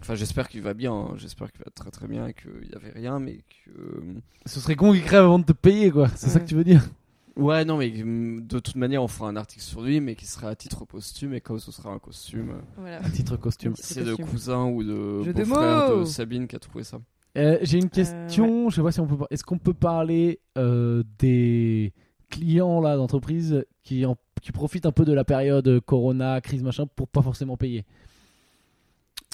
Enfin, j'espère qu'il va bien, hein. j'espère qu'il va très très bien, et qu'il n'y avait rien, mais que. euh, Ce serait con qu'il crève avant de te payer, quoi, c'est ça Ouais. que tu veux dire Ouais, non, mais hum, de toute manière, on fera un article sur lui, mais qui sera à titre posthume, et comme ce sera un costume. euh, voilà. À titre costume. Titre C'est le posthume. cousin ou de Jeu de beau-frère de, mots. Sabine qui a trouvé ça. Euh, J'ai une question, je sais pas si on peut. par- Est-ce qu'on peut parler euh, des clients là d'entreprise qui en- qui profitent un peu de la période euh, Corona, crise machin, pour pas forcément payer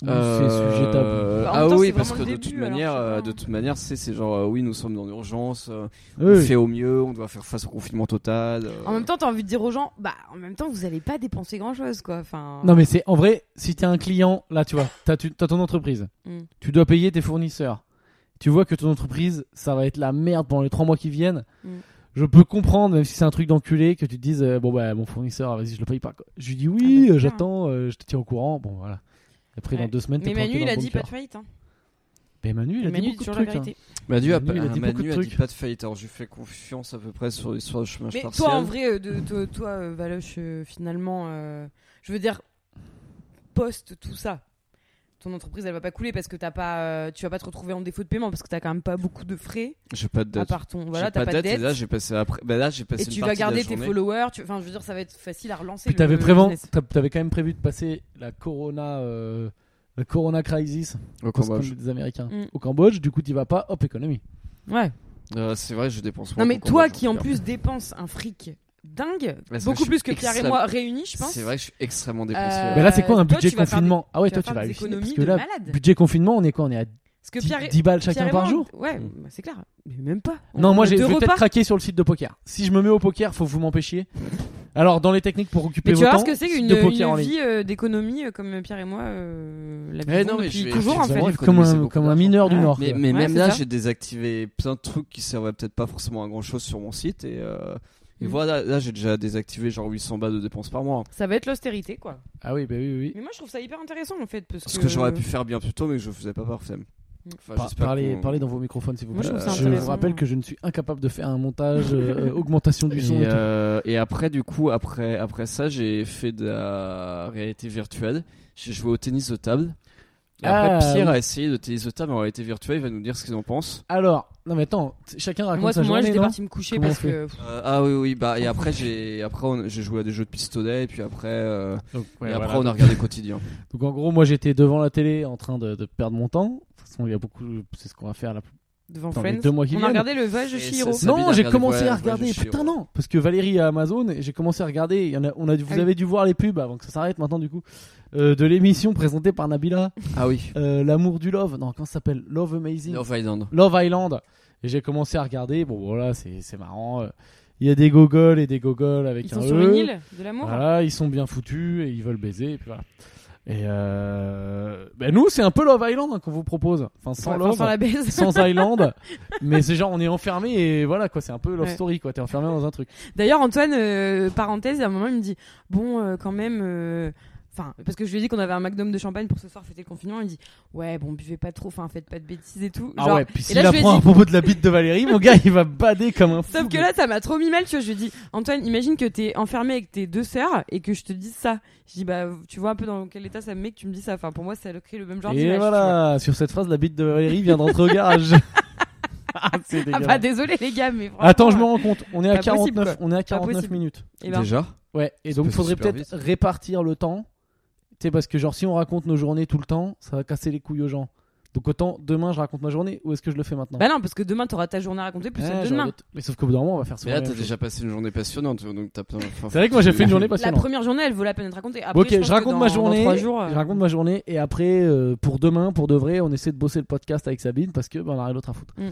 Ou C'est sujet tabou. Euh, Bah, en ah même temps, oui, c'est parce que vraiment le de début, toute alors, manière, je sais euh, pas. de toute manière, c'est c'est genre euh, oui, nous sommes dans l'urgence, euh, Oui, on oui. fait au mieux, on doit faire face au confinement total. euh. En même temps, t'as envie de dire aux gens, bah, en même temps, vous allez pas dépenser grand chose, quoi. Enfin, Non mais c'est en vrai, si t'es un client, là tu vois, t'as tu- t'as ton entreprise, Mm. tu dois payer tes fournisseurs. Tu vois que ton entreprise, ça va être la merde pendant les trois mois qui viennent. Mm. Je peux comprendre, même si c'est un truc d'enculé, que tu te dises euh, bon bah mon fournisseur, vas-y je le paye pas. Quoi. Je lui dis oui, Ah bah, euh, c'est clair. j'attends, euh, je te tiens au courant. Bon voilà. Après dans Ouais. deux semaines, t'es mais Manu, planté dans il le a bon dit pas de cœur. faillite. Hein. Mais Manu, il a dit Manu dit beaucoup de toujours la trucs. hein. vérité. Manu, a, Manu, il a pas- dit Manu beaucoup de a trucs. dit pas de faillite, alors je lui fais confiance à peu près sur l'histoire du chômage Mais partiel. toi, en vrai, euh, de- toi, toi, euh, Valoche, euh, finalement, euh, je veux dire, poste tout ça. Ton entreprise, elle va pas couler parce que t'as pas, euh, tu vas pas te retrouver en défaut de paiement parce que t'as quand même pas beaucoup de frais J'ai pas de à dette. part ton, voilà, j'ai t'as pas de dette, et là dette. j'ai passé après. Bah là j'ai passé Et une tu vas partie de la garder tes journée. followers. tu- Enfin, je veux dire, ça va être facile à relancer. Puis le- t'avais le prévent- business. t'av- t'avais quand même prévu de passer la Corona, euh, la Corona crisis, Au comme Cambodge. des Américains, Mm. au Cambodge. Du coup t'y vas pas, hop économie. Ouais. Euh, c'est vrai, je dépense moins Non, mais qu'au toi Cambodge, qui en tout cas. plus dépense un fric dingue, Parce que je beaucoup suis plus que Pierre et extrême- moi réunis, je pense. C'est vrai que je suis extrêmement Euh, dépensier. Mais là, c'est quoi un toi, budget tu vas faire confinement Ah ouais, tu toi, vas tu vas faire des halluciner. économies Parce que de là, malade. budget confinement, on est quoi On est à Parce que 10, Pierre, et- 10 balles Pierre chacun et par moi, jour on- Ouais, Mm. bah, c'est clair. Mais même pas. Non, On moi, a j'ai- je deux vais peut-être repas. craquer sur le site de poker. Si je me mets au poker, faut que vous m'empêchiez. Alors, dans les techniques pour occuper Mais tu vos vois temps, ce que c'est site qu'une de poker en une ligne. vie euh, d'économie euh, comme Pierre et moi euh, la Eh vivons non, mais depuis je vais- toujours en je vais fait. vraiment- Comme économiser un, beaucoup comme un d'argent. mineur du Ah, Nord. Mais, quoi. mais Ouais, même c'est là, ça. j'ai désactivé plein de trucs qui servaient peut-être pas forcément à grand chose sur mon site. Et, euh, et Mm. voilà, là, j'ai déjà désactivé genre 800 balles de dépenses par mois. Ça va être l'austérité quoi. Ah oui, bah oui, oui. Mais moi je trouve ça hyper intéressant en fait parce Ce que, que Mm. j'aurais pu faire bien plus tôt, mais que je faisais pas par flemme. Enfin, Par- j'espère parlez, qu'on- parlez dans vos microphones, s'il vous Moi, plaît. je trouve ça vous intéressant. rappelle que je ne suis incapable de faire un montage, euh, euh, augmentation du son. Et, et tout. euh, et après, du coup, après, après ça, j'ai fait de la réalité virtuelle. J'ai joué au tennis de table. Et après, Ah, Pierre oui. a essayé le tennis de table en réalité virtuelle. Il va nous dire ce qu'il en pense. Alors, non, mais attends, t- chacun raconte moi sa moi journée, j'étais non partie me coucher Comment parce on fait que pff, Euh, ah oui, oui. Bah, et après, j'ai après on- j'ai joué à des jeux de pistolet. Et puis après, euh, Donc, ouais, et après, voilà. on a regardé quotidien. Donc en gros, moi j'étais devant la télé en train de, de perdre mon temps. De toute façon, il y a beaucoup, c'est ce qu'on va faire là. devant Dans les Friends deux mois qui on a viennent. regardé le voyage de Et ça, Chihiro. c'est- Non, Sabine a j'ai regardé commencé Voyage- à regarder. Voyage de Putain Chihiro. non, parce que Valérie a Amazon et j'ai commencé à regarder. Il y en a, on a, dû- vous Ah oui. avez dû voir les pubs avant que ça s'arrête maintenant du coup euh, de l'émission présentée par Nabila, Ah oui. euh, l'amour du love. Non, comment ça s'appelle Love Amazing, Love Island. Love Island. Et j'ai commencé à regarder. Bon voilà, c'est c'est marrant. euh. Il y a des gogoles et des gogoles avec Ils un sont e. sur une île de l'amour. Voilà, ils sont bien foutus et ils veulent baiser. Et puis voilà. Et euh, ben nous, c'est un peu Love Island hein, qu'on vous propose. Enfin, sans Ouais, Love, sans la baise. sans Island. mais c'est genre, on est enfermé et voilà quoi, c'est un peu Love Ouais. Story quoi, t'es enfermé dans un truc. D'ailleurs, Antoine, euh, parenthèse, à un moment, il me dit Bon, euh, quand même. euh, Enfin, parce que je lui ai dit qu'on avait un magnum de champagne pour ce soir fêter le confinement. Il me dit Ouais, bon, buvez pas trop, enfin, faites pas de bêtises et tout. ah Genre, ouais, puis et s'il là, je lui ai apprend à dit- propos de la bite de Valérie, mon gars, il va bader comme un fou. Sauf que là, ça m'a trop mis mal, tu vois. Je lui dis, Antoine, imagine que t'es enfermé avec tes deux sœurs et que je te dise ça. Je dis, bah, tu vois un peu dans quel état ça me met que tu me dis ça. Enfin, pour moi, ça crée le même genre Et d'image. voilà, sur cette phrase, la bite de Valérie vient d'entrer au garage. ah, c'est tu vois. Ah dégueulasse. bah, désolé les gars, mais franchement, Attends, je me rends compte, on est à Pas possible, 49, on est à 49 possible. minutes. eh ben, Déjà Ouais, et Ça donc il passe faudrait super peut-être vite. répartir le temps. Tu sais, parce que genre, si on raconte nos journées tout le temps, ça va casser les couilles aux gens. Donc autant demain je raconte ma journée ou est-ce que je le fais maintenant Bah non, parce que demain, t'auras ta journée à raconter plus Ouais, celle de j'aurais demain. d'autres- Mais sauf qu'au bout d'un moment, on va faire Mais souvent là, la t'as même chose. déjà passé une journée passionnante, donc t'as plein. Oh, C'est vrai que moi j'ai fait une journée La passionnante. première journée, elle vaut la peine d'être racontée. Après, Ok, pense je que raconte dans- ma dans journée. trois jours, euh, Je raconte ma journée et après, euh, pour demain, pour de vrai, on essaie de bosser le podcast avec Sabine parce que ben, on a rien d'autre à foutre. Mm.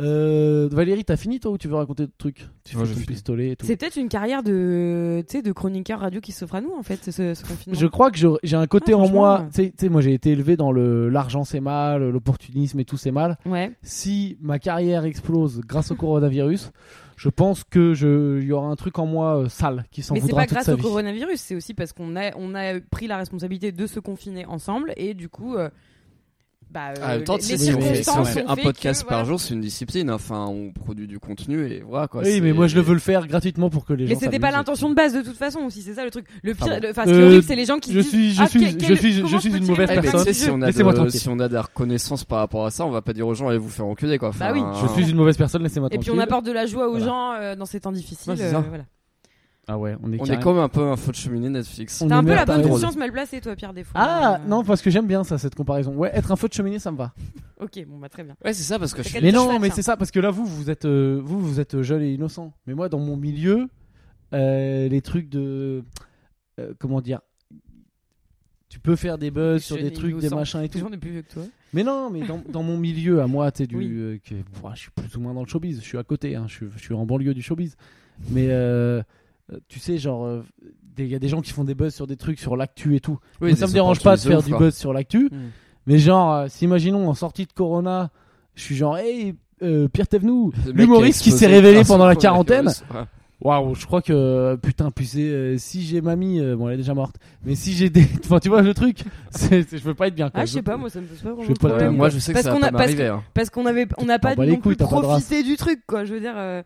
Euh, Valérie, t'as fini toi ou tu veux raconter d'autres trucs Tu Moi, fais j'ai ton fini. pistolet et tout. C'est peut-être une carrière de, tu sais, de chroniqueur radio qui s'offre à nous, en fait, ce, ce confinement. Je crois que je- j'ai un côté Ah, en moi. franchement. Tu sais- tu sais, moi j'ai été élevé dans le l'argent c'est mal, l'opportunisme et tout c'est mal. Ouais. si ma carrière explose grâce au coronavirus, je pense que je il y aura un truc en moi euh, sale qui s'en Mais c'est voudra pas toute grâce sa au vie. coronavirus, c'est aussi parce qu'on a, on a pris la responsabilité de se confiner ensemble et du coup. euh, bah, euh, En même temps, les- tu les sais, si on fait- si on circonstances fait ont un fait podcast que, par voilà. jour, c'est une discipline. Enfin, on produit du contenu et voilà quoi. Oui, c'est- mais moi je le veux le faire gratuitement pour que les gens. Mais c'était s'amusent. pas l'intention de base de toute façon aussi, c'est ça le truc. Le Enfin pire, bon. le- enfin, ce qui Euh, est horrible, c'est les gens qui je disent, suis- je ah, suis- quel- je quel- suis- je comment suis une peux-il mauvaise Eh, réparer mais tu personne. ce sais, si jeu on a Laissez-moi de, tranquille. si on a de la reconnaissance par rapport à ça, on va pas dire aux gens allez vous faire enculer quoi. Enfin, Bah oui. Je suis une mauvaise personne, laissez-moi Et tranquille. puis on apporte de la joie aux Voilà. gens euh, dans ces temps difficiles. Ouais, c'est euh, ça. voilà. Ah ouais, on est. On est carré- comme un peu un faux de cheminée Netflix. On T'as un peu merde, la bonne t'as raison. conscience mal placée, toi, Pierre, des fois. Ah Euh, non, parce que j'aime bien ça cette comparaison. Ouais, être un feu de cheminée, ça me va. Ok, bon, bah très bien. Ouais, c'est ça parce que je suis. Quel Mais touche non, pas, mais ça. c'est ça parce que là vous vous êtes euh, vous vous êtes jeune et innocent. Mais moi dans mon milieu euh, les trucs de euh, comment dire tu peux faire des buzz Des sur jeunes des et trucs, des innocents. machins et tout. Toujours de plus vieux que toi. Mais non, mais dans, dans mon milieu, à moi, tu sais, du, Oui. euh, que- ouah, je suis plus ou moins dans le showbiz. Je suis à côté, hein, je, suis, je suis en banlieue du showbiz. Mais euh, euh, tu sais, genre, euh, des- il y a des gens qui font des buzz sur des trucs, sur l'actu et tout. Oui, Moi, ça des me dérange pas de opportunités faire ouf, du quoi. buzz sur l'actu. Hmm. Mais genre, euh, s'imaginons en sortie de Corona, je suis genre, hey, euh, Pierre Thévenoud, Le mec l'humoriste a qui s'est explosé révélé grâce pendant au la coronavirus. quarantaine. Ouais. Waouh, je crois que euh, putain, puis c'est euh, si j'ai mamie, euh, bon, elle est déjà morte. Mais si j'ai des, enfin, tu vois le truc, c'est- c'est- je veux pas être bien. quoi. Ah, je sais pas, moi, ça me pose pas je vraiment vais de pas Ouais, problème. te- Moi, je sais que Parce ça va qu'on pas a- parce m'arriver. hein. Parce qu'on avait, on n'a pas bats bah, les non plus couilles, t'as pas de race. profité du truc, quoi. Je veux dire, euh,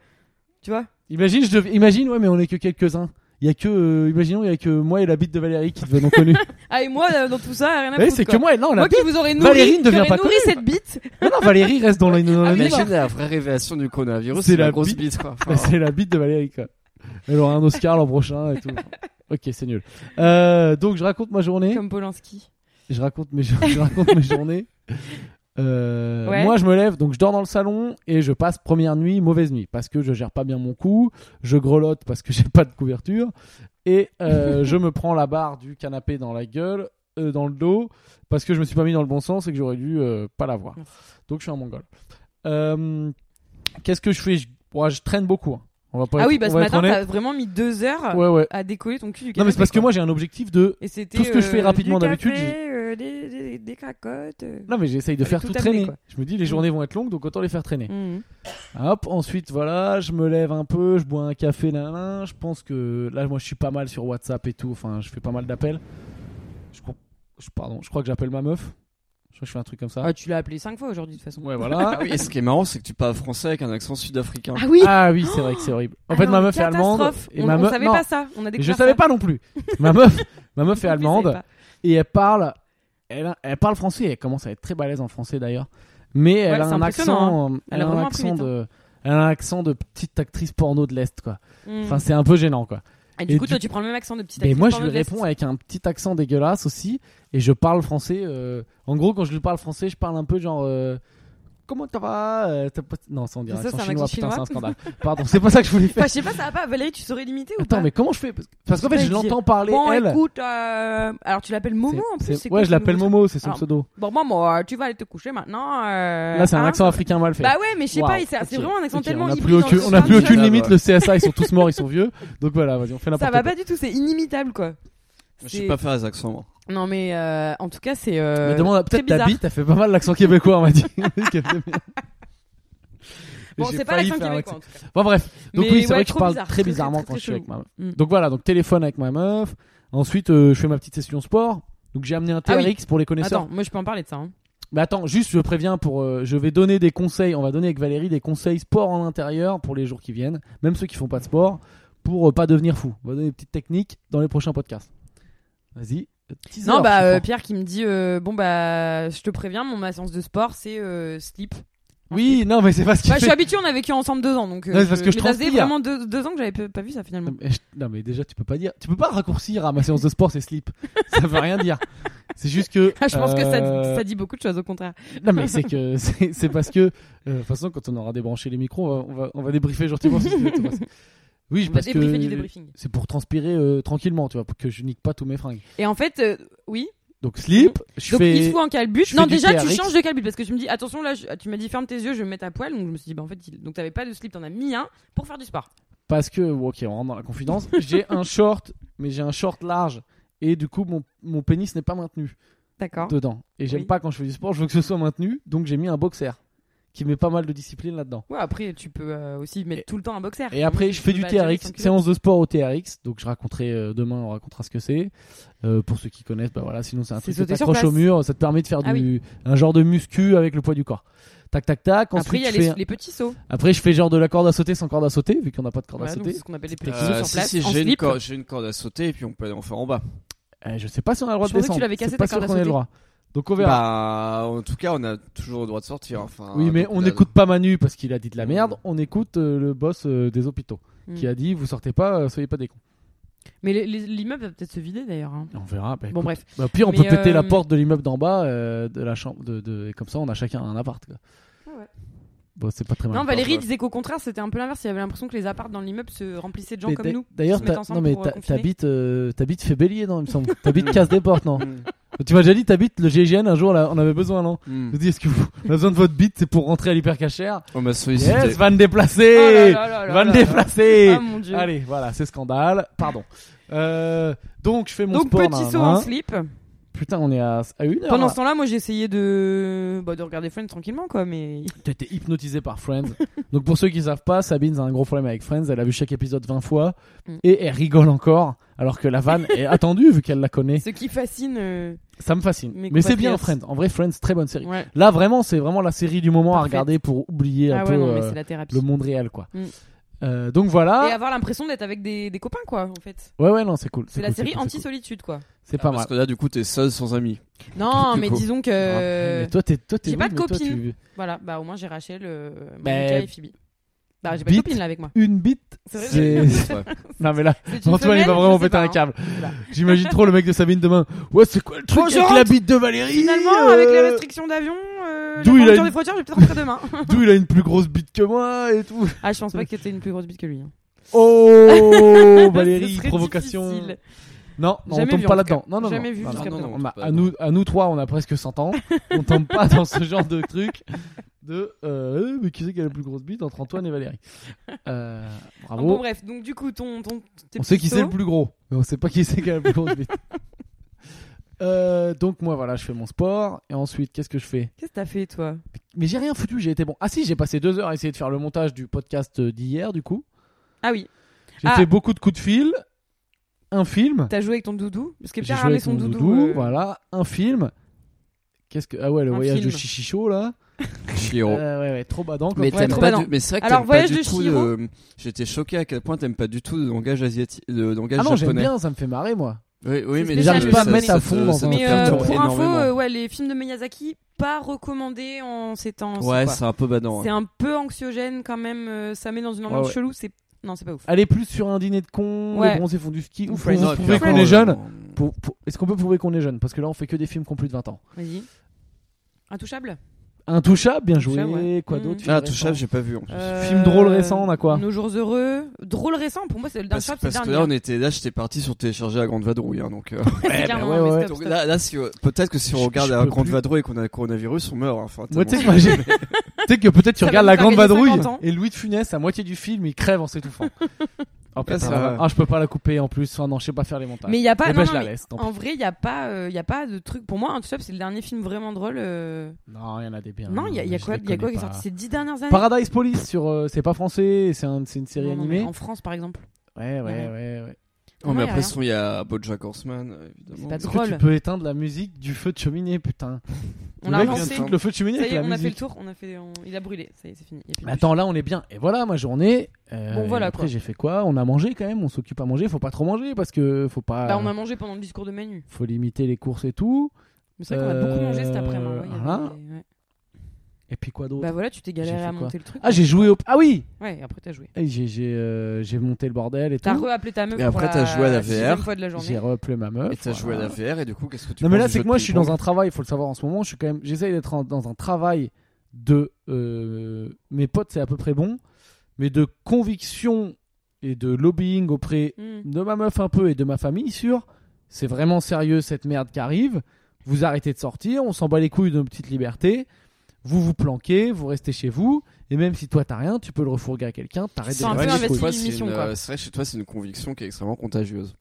tu vois. Imagine, je dev- imagine, ouais, mais on est que quelques-uns. Il y a que, euh, imaginons, il y a que moi et la bite de Valérie qui devenons connus. Ah, et moi, euh, dans tout ça, rien à Eh, foutre. c'est quoi. que moi et non, la Moi bite. qui vous aurais nourri, Valérie ne devient qui aurais pas nourri cette bite. Non, non, Valérie reste Ah dans l'anonymat. Ah, Imagine la vraie révélation du coronavirus, C'est c'est la la grosse bite. bite quoi. Enfin, Bah, c'est la bite de Valérie, quoi. Elle aura un Oscar l'an prochain et tout. Ok, c'est nul. Euh, donc, je raconte ma journée. Comme Polanski. Je raconte mes, jour- je raconte mes journées. Euh, Ouais. Moi, je me lève, donc je dors dans le salon et je passe première nuit, mauvaise nuit, parce que je gère pas bien mon cou, je grelotte parce que j'ai pas de couverture et euh, je me prends la barre du canapé dans la gueule, euh, dans le dos, parce que je me suis pas mis dans le bon sens et que j'aurais dû euh, pas l'avoir. Merci. Donc je suis un mongol. Euh, Qu'est-ce que je fais je, ouais, je traîne beaucoup. hein. On va pas Ah être- oui, bah on ce va être matin, Ah, honnête. t'as vraiment mis deux heures Ouais, ouais. à décoller ton cul du canapé. Non, mais c'est parce que quoi. moi j'ai un objectif de Et c'était, tout ce que je fais euh, rapidement du d'habitude, café, euh, des, des, des cracottes. euh. Non, mais j'essaye de Avec faire tout tout amené, traîner. quoi. Mm. Je me dis, les journées vont être longues, donc autant les faire traîner. Mhm. Hop, ensuite, voilà, je me lève un peu, je bois un café, là, là. Je pense que là, moi, je suis pas mal sur WhatsApp et tout. Enfin, je fais pas mal d'appels. Je, crois- je- pardon, je crois que j'appelle ma meuf. Je crois que je fais un truc comme ça. Ah, tu l'as appelé cinq fois aujourd'hui de toute façon. ouais, voilà. Ah oui, et ce qui est marrant, c'est que tu parles français avec un accent sud-africain. Ah oui. ah oui, c'est vrai que c'est horrible. En Ah fait, ma meuf est allemande. Et on, ma on meuf, savait non, pas ça. On a je découvert. savais ça. pas non plus. ma meuf, ma meuf est Non plus, on allemande. savait pas. et elle parle elle, a- elle parle français elle commence à être très balèze en français d'ailleurs mais elle a c'est un impressionnant, hein. accent euh, Elle elle a a un vraiment accent appris vite, de elle a un accent de petite actrice porno de l'est quoi Mhm. enfin c'est un peu gênant quoi Et du et coup, du- toi, tu prends le même accent de petit. mais actrice moi je porno lui de l'Est. réponds avec un petit accent dégueulasse aussi et je parle français euh, en gros quand je lui parle français je parle un peu genre euh, comment ça va Euh, t'as pas- non ça on dirait C'est accent ça, c'est un chinois, accent putain c'est un chinois. scandale pardon c'est pas ça que je voulais Enfin, faire je sais pas, ça va pas. Valérie, tu saurais l'imiter ou attends pas mais comment je fais parce que- parce qu'en fait Je sais je pas, il dit, l'entends parler Bon, elle écoute, euh, alors tu l'appelles Momo C'est- en plus. c'est- c'est quoi ouais je ce l'appelle nouveau Momo c'est son Alors, pseudo truc Bon, Momo, euh, tu vas aller te coucher maintenant. euh, là c'est un hein. accent africain mal fait Bah ouais, mais je sais Waouh, pas, c'est c'est ok, vraiment un accent ok, tellement On n'a hybride plus, dans aucune- le on a sens. plus aucune Ah, limite, bah. le CSA, ils sont tous morts, ils sont vieux. Donc voilà, vas-y, on fait Ça n'importe va quoi. pas du tout, c'est inimitable quoi. Je C'est- sais pas faire les accents, moi. Non, mais euh, en tout cas, c'est. euh, Mais demande à- très peut-être ta bizarre. bite, t'as fait pas mal l'accent québécois, on m'a dit. Bon, J'ai c'est pas failli l'accent faire un québécois en accent. tout cas. Bon, bref. Donc, Mais oui, c'est ouais, vrai que je trop parle bizarre, très bizarrement très, quand je suis chelou. avec ma meuf. Mm. Donc, voilà, donc téléphone avec ma meuf. Ensuite, euh, je fais ma petite session sport. Donc, j'ai amené un Ah TRX oui. pour les connaisseurs. Attends, moi je peux en parler de ça. hein. Mais Bah, attends, juste je préviens pour, euh, je vais donner des conseils. On va donner avec Valérie des conseils sport en intérieur pour les jours qui viennent, même ceux qui font pas de sport, pour euh, pas devenir fou. On va donner des petites techniques dans les prochains podcasts. Vas-y. teaser, Non, bah je suis euh, fort. Pierre qui me dit euh, Bon, bah je te préviens, mon ma séance de sport c'est euh, slip. oui, non, mais c'est pas ce qu'il Bah, je suis fait. habituée, on a vécu ensemble deux ans donc. euh, Non, c'est parce que je mais ça faisait transpire. vraiment deux, deux ans que j'avais p- pas vu ça finalement. Non, mais je- Non, mais déjà tu peux pas dire, tu peux pas raccourcir à ma séance de sport c'est slip. ça veut rien dire. C'est juste que. Ah, je pense que ça, euh, ça dit beaucoup de choses au contraire. Non mais c'est que c'est c'est parce que euh, de toute façon quand on aura débranché les micros, on va, on va, on va débriefer gentiment. sur ce qui va se passer. oui, je On va pense débriefer que du débriefing. c'est pour transpirer euh, tranquillement, tu vois, pour que je nique pas tous mes fringues. Et en fait, euh, oui. Donc slip, je donc fais il se fout en calbut. je Non, fais du déjà tu TRX. changes de calbut parce que tu me dis Attention là, je- tu m'as dit ferme tes yeux, je vais me mettre à poil. Donc je me suis dit Bah en fait, il- donc t'avais pas de slip, t'en as mis un pour faire du sport. parce que bon, ok, on rentre dans la confidence. j'ai un short, mais j'ai un short large et du coup mon, mon pénis n'est pas maintenu D'accord. dedans. Et j'aime Oui. pas quand je fais du sport, je veux que ce soit maintenu, donc j'ai mis un boxer qui met pas mal de discipline là-dedans. Ouais, après tu peux euh, aussi mettre tout le temps un boxer. Et après, je fais du Bah, jamais sans TRX, culotte. séance de sport au TRX. Donc, je raconterai euh, demain, on racontera ce que c'est. Euh, pour ceux qui connaissent, bah voilà, sinon c'est un C'est truc qui sauter sur t'accroche au place. mur. Ça te permet de faire Ah du, un genre de muscu avec le poids du corps. Tac, tac, tac. Après, Ensuite, il y a je fais, les, les petits sauts. après, je fais genre de la corde à sauter sans corde à sauter, vu qu'on n'a pas de corde Voilà, à donc sauter. c'est ce qu'on appelle les petits Euh, sauts sur si, place. si, en j'ai une, slip. corde- j'ai une corde à sauter et puis on peut aller en faire en bas. Euh, je sais pas si on a le droit Je de pensais que tu descendre. l'avais cassé, C'est ta pas sûr corde à qu'on ait le sauter. droit. Donc, on verra. Bah, en tout cas, on a toujours le droit de sortir. Enfin, oui, mais Bah, euh, donc on là- n'écoute pas Manu parce qu'il a dit de la merde. On écoute euh, le boss euh, des hôpitaux Mm. qui a dit vous sortez pas, euh, soyez pas des cons. Mais les- les- l'immeuble va peut-être se vider d'ailleurs. hein. On verra. Bah, Bon, bref. Bah, pire, on Mais, peut péter euh, la porte de l'immeuble d'en bas, euh, de la chambre, de, de- et comme ça, on a chacun un appart. Quoi. Ah ouais. Bon, c'est pas très mal. Non, Valérie ouais. disait qu'au contraire, c'était un peu l'inverse. Il avait l'impression que les apparts dans l'immeuble se remplissaient de gens Mais comme d'a- nous. qui D'ailleurs, se mettent t'as- non ensemble mais pour, euh, t'as- confiner. t'habites, euh, t'habites fait bélier, non Il me semble. T'habites casse des portes, non Mm. Tu m'as déjà dit, t'habites le GIGN un jour, là, on avait besoin, non Mm. Je me dis, est-ce que vous, on a besoin de votre bite, c'est pour rentrer à l'hypercachère On m'a sollicité. Yes, van Oh là déplacer, là là là van là déplacer. là. Ah, mon Dieu. Allez, voilà, c'est scandale. Pardon. Euh, donc je fais mon Donc, sport. petit nanana. saut en slip. Putain, on est à, à une heure. Pendant là. ce temps-là, moi, j'ai essayé de... bah, de regarder Friends tranquillement, quoi. Mais T'as été hypnotisé par Friends. Donc pour ceux qui savent pas, Sabine a un gros problème avec Friends. Elle a vu chaque épisode 20 fois Mm. et elle rigole encore. Alors que la vanne est attendue vu qu'elle la connaît. ce qui fascine. euh, Ça me fascine. Mes Mais c'est bien compatriotes. Friends. En vrai, Friends, très bonne série. Ouais. Là vraiment, c'est vraiment la série du moment à Parfaite. regarder pour oublier un Ah peu ouais, non, mais euh, c'est la thérapie. le monde réel quoi. Mm. Euh, donc Et voilà. avoir l'impression d'être avec des, des copains, quoi, en fait. Ouais ouais non c'est cool. C'est la cool, série cool, c'est cool. anti-solitude, quoi. C'est Ah, pas mal. parce que là, du coup, t'es seul sans amis. Non, Du mais coup. disons que. Ah, euh, Mais toi t'es toi t'es j'ai oui, pas de mais toi, copine. tu- Voilà, bah au moins j'ai Rachel, euh, Monica Bah, et Phoebe. Bah j'ai pas de bite. copine là avec moi. Une bite. C'est vrai, C'est Ouais. non mais là C'est une Antoine il va femelle, vraiment je sais péter pas, un hein. câble. Je sais pas. J'imagine trop le mec de Sabine demain. Ouais, c'est quoi le truc Bon, je avec rentre. la bite de Valérie hein. Finalement, euh, avec les restrictions d'avion, euh, la D'où il a fermeture une- des frontières, je vais peut-être rentrer demain. D'où il a une plus grosse bite que moi et tout. ah, je pense pas que t'étais une plus grosse bite que lui. hein. Oh, Bah, Ce Valérie, serait provocation. difficile. Non, non on Jamais tombe vu, pas en tout là-dedans. cas. Non, non, Jamais non. vu Non, jusqu'à non, présent. non, Non, on m'a- on tombe pas à, nous, à nous trois, on a presque 100 ans. on tombe pas dans ce genre de truc. De, euh, mais qui c'est qui a la plus grosse bite entre Antoine et Valérie Euh, Enfin, Bravo. Ah bon, bref, donc du coup, ton. ton tes On sait petits qui c'est le sauts. plus gros, mais on sait pas qui c'est qui a le plus grosse bite. Euh, donc moi voilà, je fais mon sport et ensuite qu'est-ce que je fais Qu'est-ce que t'as fait toi Mais j'ai rien foutu, j'ai été bon. Ah si, j'ai passé deux heures à essayer de faire le montage du podcast euh, d'hier, du coup. Ah oui, J'ai Ah. fait beaucoup de coups de fil, un film. t'as joué avec ton doudou Parce que J'ai Pierre a joué ramené avec son mon doudou. doudou, euh, voilà, un film. Qu'est-ce que ah ouais le Un voyage de film. Chichicho là Chiro. Euh, ouais ouais trop badant quand Oh. Mais Ouais, même. t'aimes trop pas badant. du... mais c'est vrai que Alors, t'aimes pas voyage du de tout Chihiro. le- J'étais choqué à quel point t'aimes pas du tout le langage asiatique, le langage Ah non j'aime japonais. bien ça me fait marrer moi Oui, oui, C'est mais spécial, ça- J'arrive pas à ça- me mettre ça à fond te- dans ça un te Mais film, euh, j'adore pour info, énormément. euh, ouais, les films de Miyazaki, pas recommandés en ces temps. ouais, Ah quoi. c'est un peu badant. C'est hein. un peu anxiogène quand même. euh, ça met dans une ambiance ouais. chelou. C'est non, c'est pas ouf. Allez plus sur un dîner de con, Ouais. les bronzés font du ski Ou ou Friends. vous et puis prouvez après, qu'on est jeune on- Pour- pour- Est-ce qu'on peut prouver qu'on est jeune Parce que là on fait que des films qui ont plus de 20 ans. Vas-y. Intouchable. Intouchable, bien joué, Intouchable, ouais. quoi Mm. d'autre Ah, film touchable, récent j'ai pas vu en plus. Film drôle récent, on a quoi Euh, Nos jours heureux. Drôle récent, pour moi, c'est le Parce, d'Intouchable, c'est le parce que dernier. là, on était là, j'étais parti sur télécharger la grande vadrouille, hein, donc. euh, Ouais, C'est bah clairement, ouais, mais ouais. stop, donc stop. là, là, si, euh, peut-être que si Je- on regarde je la peux grande plus. vadrouille et qu'on a le coronavirus, on meurt. hein, enfin, Moi, tellement- tu sais que moi, j'ai- sais que peut-être tu Ça va regardes nous la faire grande gagner vadrouille 50 ans. et Louis de Funès à moitié du film il crève en s'étouffant. Ah, putain, ça va. ah, je peux pas la couper en plus. Ah, non, je sais pas faire les montages. Mais il y a pas. Eh non, ben, non, je la mais laisse. tant en vrai, il y a pas, euh, y a pas de truc. Pour moi, Untouchable, c'est le dernier film vraiment drôle. euh. pis. Non, il y en a des biens. non, il y a, y a je quoi, les y a quoi connais qui est pas. sorti ces dix dernières années Paradise Police sur euh, c'est pas français, c'est un- c'est une série Non, non, mais animée. En France, par exemple. Ouais, ouais, Ouais. ouais, ouais. Pour Oh, mais moi, y a après, rien. sinon, il y a Bojack Horseman, euh, évidemment. pas Est-ce Drôle. que tu peux éteindre la musique du feu de cheminée, putain on Le l'a mec relancé. vient de foutre Le feu de cheminée Ça y avec est, la on a fait le musique. tour. On a fait, on- Il a brûlé. Ça y est, c'est fini. Y a plus de Mais attends, là on est bien. Et voilà, ma journée. euh, Bon, voilà, et Après, quoi. j'ai fait quoi On a mangé quand même. On s'occupe à manger. Faut pas trop manger parce que faut pas. Bah, on a mangé pendant le discours de Manu. Faut limiter les courses et tout. Mais c'est vrai qu'on a beaucoup mangé cet Euh, après-midi. ouais, il y avait- voilà. ouais. Et puis quoi d'autre Bah voilà, tu t'es J'ai galéré fait à quoi monter le truc. Ah, j'ai joué au. Ah oui Ouais, et après t'as joué. Et J'ai j'ai, euh, j'ai monté le bordel et T'as tout. re-appelé ta meuf. Et pour après, t'as joué à la sixième VR. fois de la J'ai journée. replé ma meuf. Et t'as joué à la voilà. VR, et du coup, qu'est-ce que tu Non mais là penses du c'est jeu que de moi je suis dans ping-pong un travail, il faut le savoir en ce moment, je suis quand même j'essaye d'être en- dans un travail de euh, mes potes c'est à peu près bon, mais de conviction et de lobbying auprès Hmm. de ma meuf un peu et de ma famille sur c'est vraiment sérieux cette merde qui arrive, vous arrêtez de sortir, on s'en bat les couilles de nos petites libertés, vous vous planquez, vous restez chez vous et même si toi t'as rien, tu peux le refourguer à quelqu'un, t'arrêtes C'est de un C'est peu faire des vrai que couilles. investi chez toi, une c'est mission, une, quoi. euh, c'est vrai que chez toi, c'est une conviction qui est extrêmement contagieuse.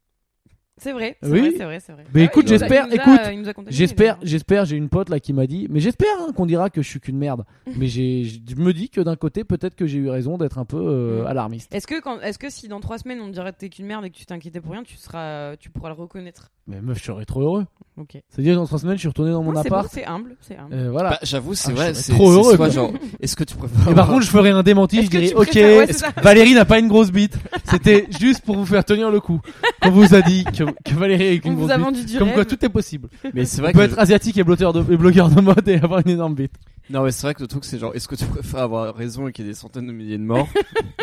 C'est vrai. c'est Oui. vrai, C'est vrai, c'est vrai. Bah, écoute, Il nous a- j'espère- il nous a- écoute, il nous a contaminé, J'espère, d'ailleurs. j'espère, j'ai une pote là qui m'a dit, mais j'espère hein, qu'on dira que je suis qu'une merde. mais j'ai, je me dis que d'un côté, peut-être que j'ai eu raison d'être un peu euh, Mm. alarmiste. Est-ce que, quand, est-ce que si dans trois semaines on te dirait que t'es qu'une merde et que tu t'inquiétais pour rien, tu, seras, tu pourras le reconnaître Mais meuf, je serais trop heureux. Ok. C'est-à-dire, dans trois semaines, je suis retourné dans mon Non, c'est beau, appart. c'est humble. C'est humble. euh, voilà. Bah, j'avoue, c'est Ah, je vrai, serais c'est trop c'est heureux, soit quoi. genre, est-ce que tu préfères. Et par contre, je ferais un démenti, Est-ce je que dirais, tu ok, préfères- ouais, c'est ça. Valérie n'a pas une grosse bite. C'était juste pour vous faire tenir le coup. Quand vous a dit que, que Valérie avec On une vous grosse a bite. vendu du Comme quoi, rêve. tout est possible. mais c'est On vrai peut que. être asiatique et, blogueur de, et blogueur de mode et avoir une énorme bite. Non, mais c'est vrai que le truc, c'est genre, est-ce que tu préfères avoir raison et qu'il y ait des centaines de milliers de morts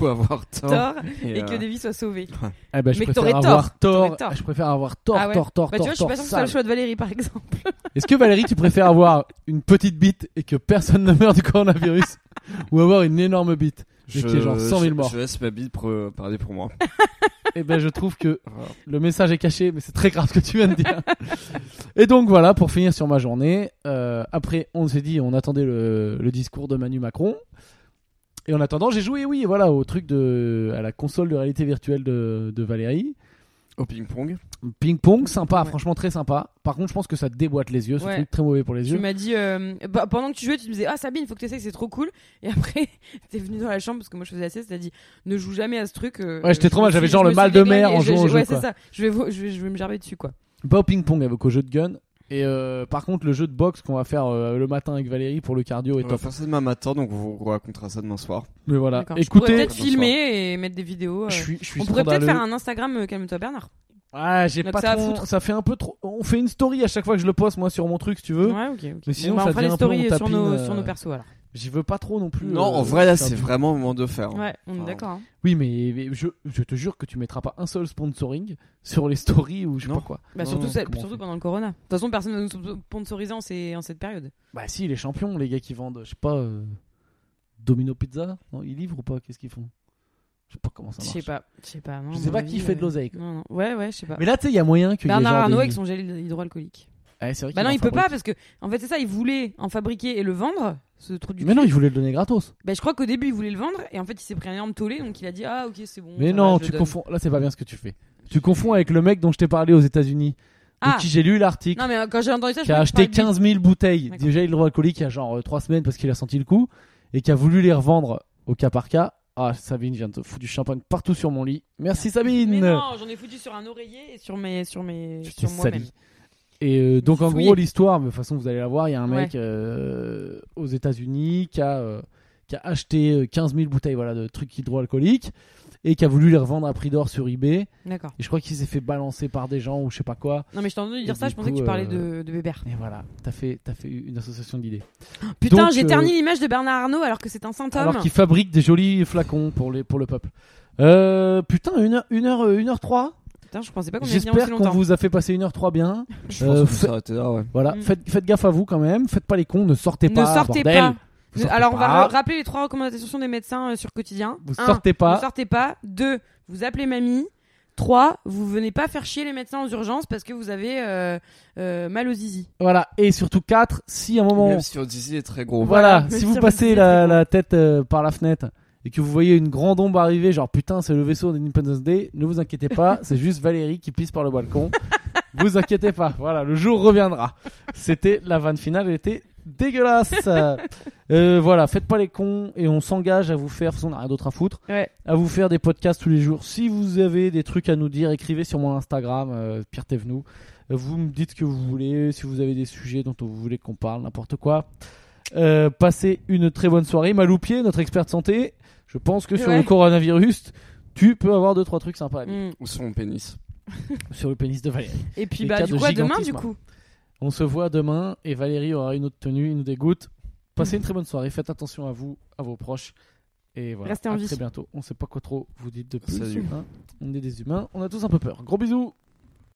Ou avoir tort Tort et euh, que des vies soient sauvées. Eh ben, je Mais que préfère t'aurais avoir tort, tort. t'aurais tort. Je préfère avoir tort, Ah ouais. tort, tort, Bah, tu tort, vois, je suis tort, pas sûre que ce soit sale. le choix de Valérie par exemple. Est-ce que Valérie, tu préfères avoir une petite bite et que personne ne meurt du coronavirus ou avoir une énorme bite Mais qu'il y ait genre 100 000 je- morts. Je laisse ma bite pre- parler pour moi. Eh ben, je trouve que le message est caché, mais c'est très grave ce que tu viens de dire. et donc voilà, pour finir sur ma journée, euh, après, on s'est dit, on attendait le, le discours de Manu Macron. Et en attendant, j'ai joué, oui, voilà, au truc de. à la console de réalité virtuelle de, de Valérie. Au ping-pong. Ping-pong, sympa, Ouais. franchement très sympa. Par contre, je pense que ça déboîte les yeux, ce Ouais. truc très mauvais pour les Tu yeux. m'as dit, euh, bah, pendant que tu jouais, tu me disais Ah Sabine, faut que tu essayes, c'est trop cool. Et après, t'es venue dans la chambre parce que moi je faisais la sieste, t'as dit Ne joue jamais à ce truc. euh, Ouais, j'étais je trop me mal, j'avais suis- genre je le me mal suis de dégré- mer en et j'ai- jouant au jeu, Ouais, quoi. c'est ça. Je vais, vo- je, vais, je vais me gerber dessus quoi. Pas au ping-pong avec au jeu de gun. Et euh, par contre, le jeu de boxe qu'on va faire euh, le matin avec Valérie pour le cardio est On va top. faire ça demain matin, donc on vous racontera ça demain soir. Mais voilà, D'accord. Je pourrais écoutez, peut-être filmer et mettre des vidéos. euh. je suis, je suis On pourrait peut-être scandaleux. faire un Instagram euh, Calme-toi Bernard. Ah, j'ai Donc pas ça à trop- foutre. Ça fait un peu trop. On fait une story à chaque fois que je le poste moi sur mon truc, si tu veux. Ouais, ok. ok. Mais sinon, Bon, bah, ça on fera devient les un peu, on stories sur, tapine, nos, euh, sur nos persos alors. J'y veux pas trop non plus. Non, euh, en vrai, là, faire c'est du- vraiment le moment de le faire. hein. Ouais, on est Enfin, d'accord. hein. Oui, mais, mais je, je te jure que tu mettras pas un seul sponsoring sur les stories ou je sais Non. pas quoi. Bah, Non, surtout non, ça- comment on surtout fait pendant le corona. De toute façon, personne ne va nous sponsoriser en, ces- en cette période. Bah si, les champions, les gars qui vendent, je sais pas, euh, Domino Pizza, non, ils livrent ou pas Qu'est-ce qu'ils font Je sais pas comment ça Je marche. sais pas. Je sais pas. non, Je à sais mon pas avis, qui fait de euh, l'oseille. quoi. Non, non. Ouais, ouais, je sais pas. Mais là, tu sais, il y a moyen que Bernard Arnault Arnault avec son gel hydroalcoolique. c'est vrai Bah qu'il non, en il peut fabrique. pas parce que, en fait, c'est ça, il voulait en fabriquer et le vendre, ce trou du Mais cul. non, il voulait le donner gratos. Bah, je crois qu'au début, il voulait le vendre et en fait, il s'est pris un énorme tollé donc il a dit Ah, ok, c'est bon. Mais ça non, va, je tu donne. confonds. Là, c'est pas bien ce que tu fais. Tu confonds avec le mec dont je t'ai parlé aux États-Unis, de Ah, qui j'ai lu l'article, non, mais euh, quand j'ai entendu ça, je qui a pensais que acheté tu parlais 15 000 bouteilles D'accord. déjà hydroalcoolique il y a genre 3 semaines parce qu'il a senti le coup et qui a voulu les revendre au cas par cas. Ah, Sabine vient de foutre du champagne partout sur mon lit. Merci de- Sabine. Mais non, j'en ai foutu sur un oreiller et sur mes. Sur, mes, Tu t'es sur moi-même. sali. Et euh, donc en fouillé. gros l'histoire, mais de toute façon vous allez la voir, il y a un Ouais. mec euh, aux États-Unis qui a euh, qui a acheté euh, 15 000 bouteilles voilà de trucs hydroalcooliques et qui a voulu les revendre à prix d'or sur eBay. D'accord. Et je crois qu'il s'est fait balancer par des gens ou je sais pas quoi. Non, mais je t'ai entendu dire Et ça, du je pensais que coup, tu parlais euh, de, de Bébert. Et voilà, t'as fait t'as fait une association d'idées. Putain, Donc, j'ai euh, terni l'image de Bernard Arnault alors que c'est un saint homme. Alors qu'ils fabriquent des jolis flacons pour les pour le peuple. Euh, putain 1 heure 1 heure 1 heure 3 Putain, je pensais pas qu'on allait venir J'espère aussi qu'on longtemps. vous a fait passer 1 heure 3 bien. Je Euh, pense qu'on fait- s'arrête là, ouais. Voilà, Mm. faites, faites gaffe à vous quand même, faites pas les cons, ne sortez Ne pas sortez bordel. pas. Vous Ne- sortez Alors, on pas. va rappeler les trois recommandations des médecins euh, sur quotidien. Vous Un, sortez pas. Ne sortez pas. Deux, vous appelez mamie. Trois, vous venez pas faire chier les médecins aux urgences parce que vous avez euh, euh, mal aux zizi. Voilà. Et surtout 4, si à un moment. Même si on disait très gros. Voilà, Voilà, si mais vous ça, passez c'est la, très bon. la tête euh, par la fenêtre et que vous voyez une grande ombre arriver, genre putain, c'est le vaisseau d'Independence Day, ne vous inquiétez pas, c'est juste Valérie qui pisse par le balcon. vous inquiétez pas, voilà, le jour reviendra. C'était la vanne finale, elle était dégueulasse. Euh, voilà, faites pas les cons et on s'engage à vous faire, de toute façon, on a rien d'autre à foutre, Ouais. à vous faire des podcasts tous les jours. Si vous avez des trucs à nous dire, écrivez sur mon Instagram, euh, Pierre Thévenoud. Euh, Vous me dites ce que vous voulez, si vous avez des sujets dont vous voulez qu'on parle, n'importe quoi. Euh, passez une très bonne soirée. Maloupier, notre expert de santé, je pense que sur Ouais. le coronavirus, tu peux avoir deux trois trucs sympas à dire. Mm. Ou son pénis. sur le pénis de Valérie. Et puis Les bah cas du de coup à demain du gigantisme. hein. coup. On se voit demain et Valérie aura une autre tenue, une dégoûte. Passez une très bonne soirée. Faites attention à vous, à vos proches. Et voilà. Restez en à vie. très bientôt. On sait pas quoi trop vous dites de plus. Salut. hein. On est des humains. On a tous un peu peur. Gros bisous.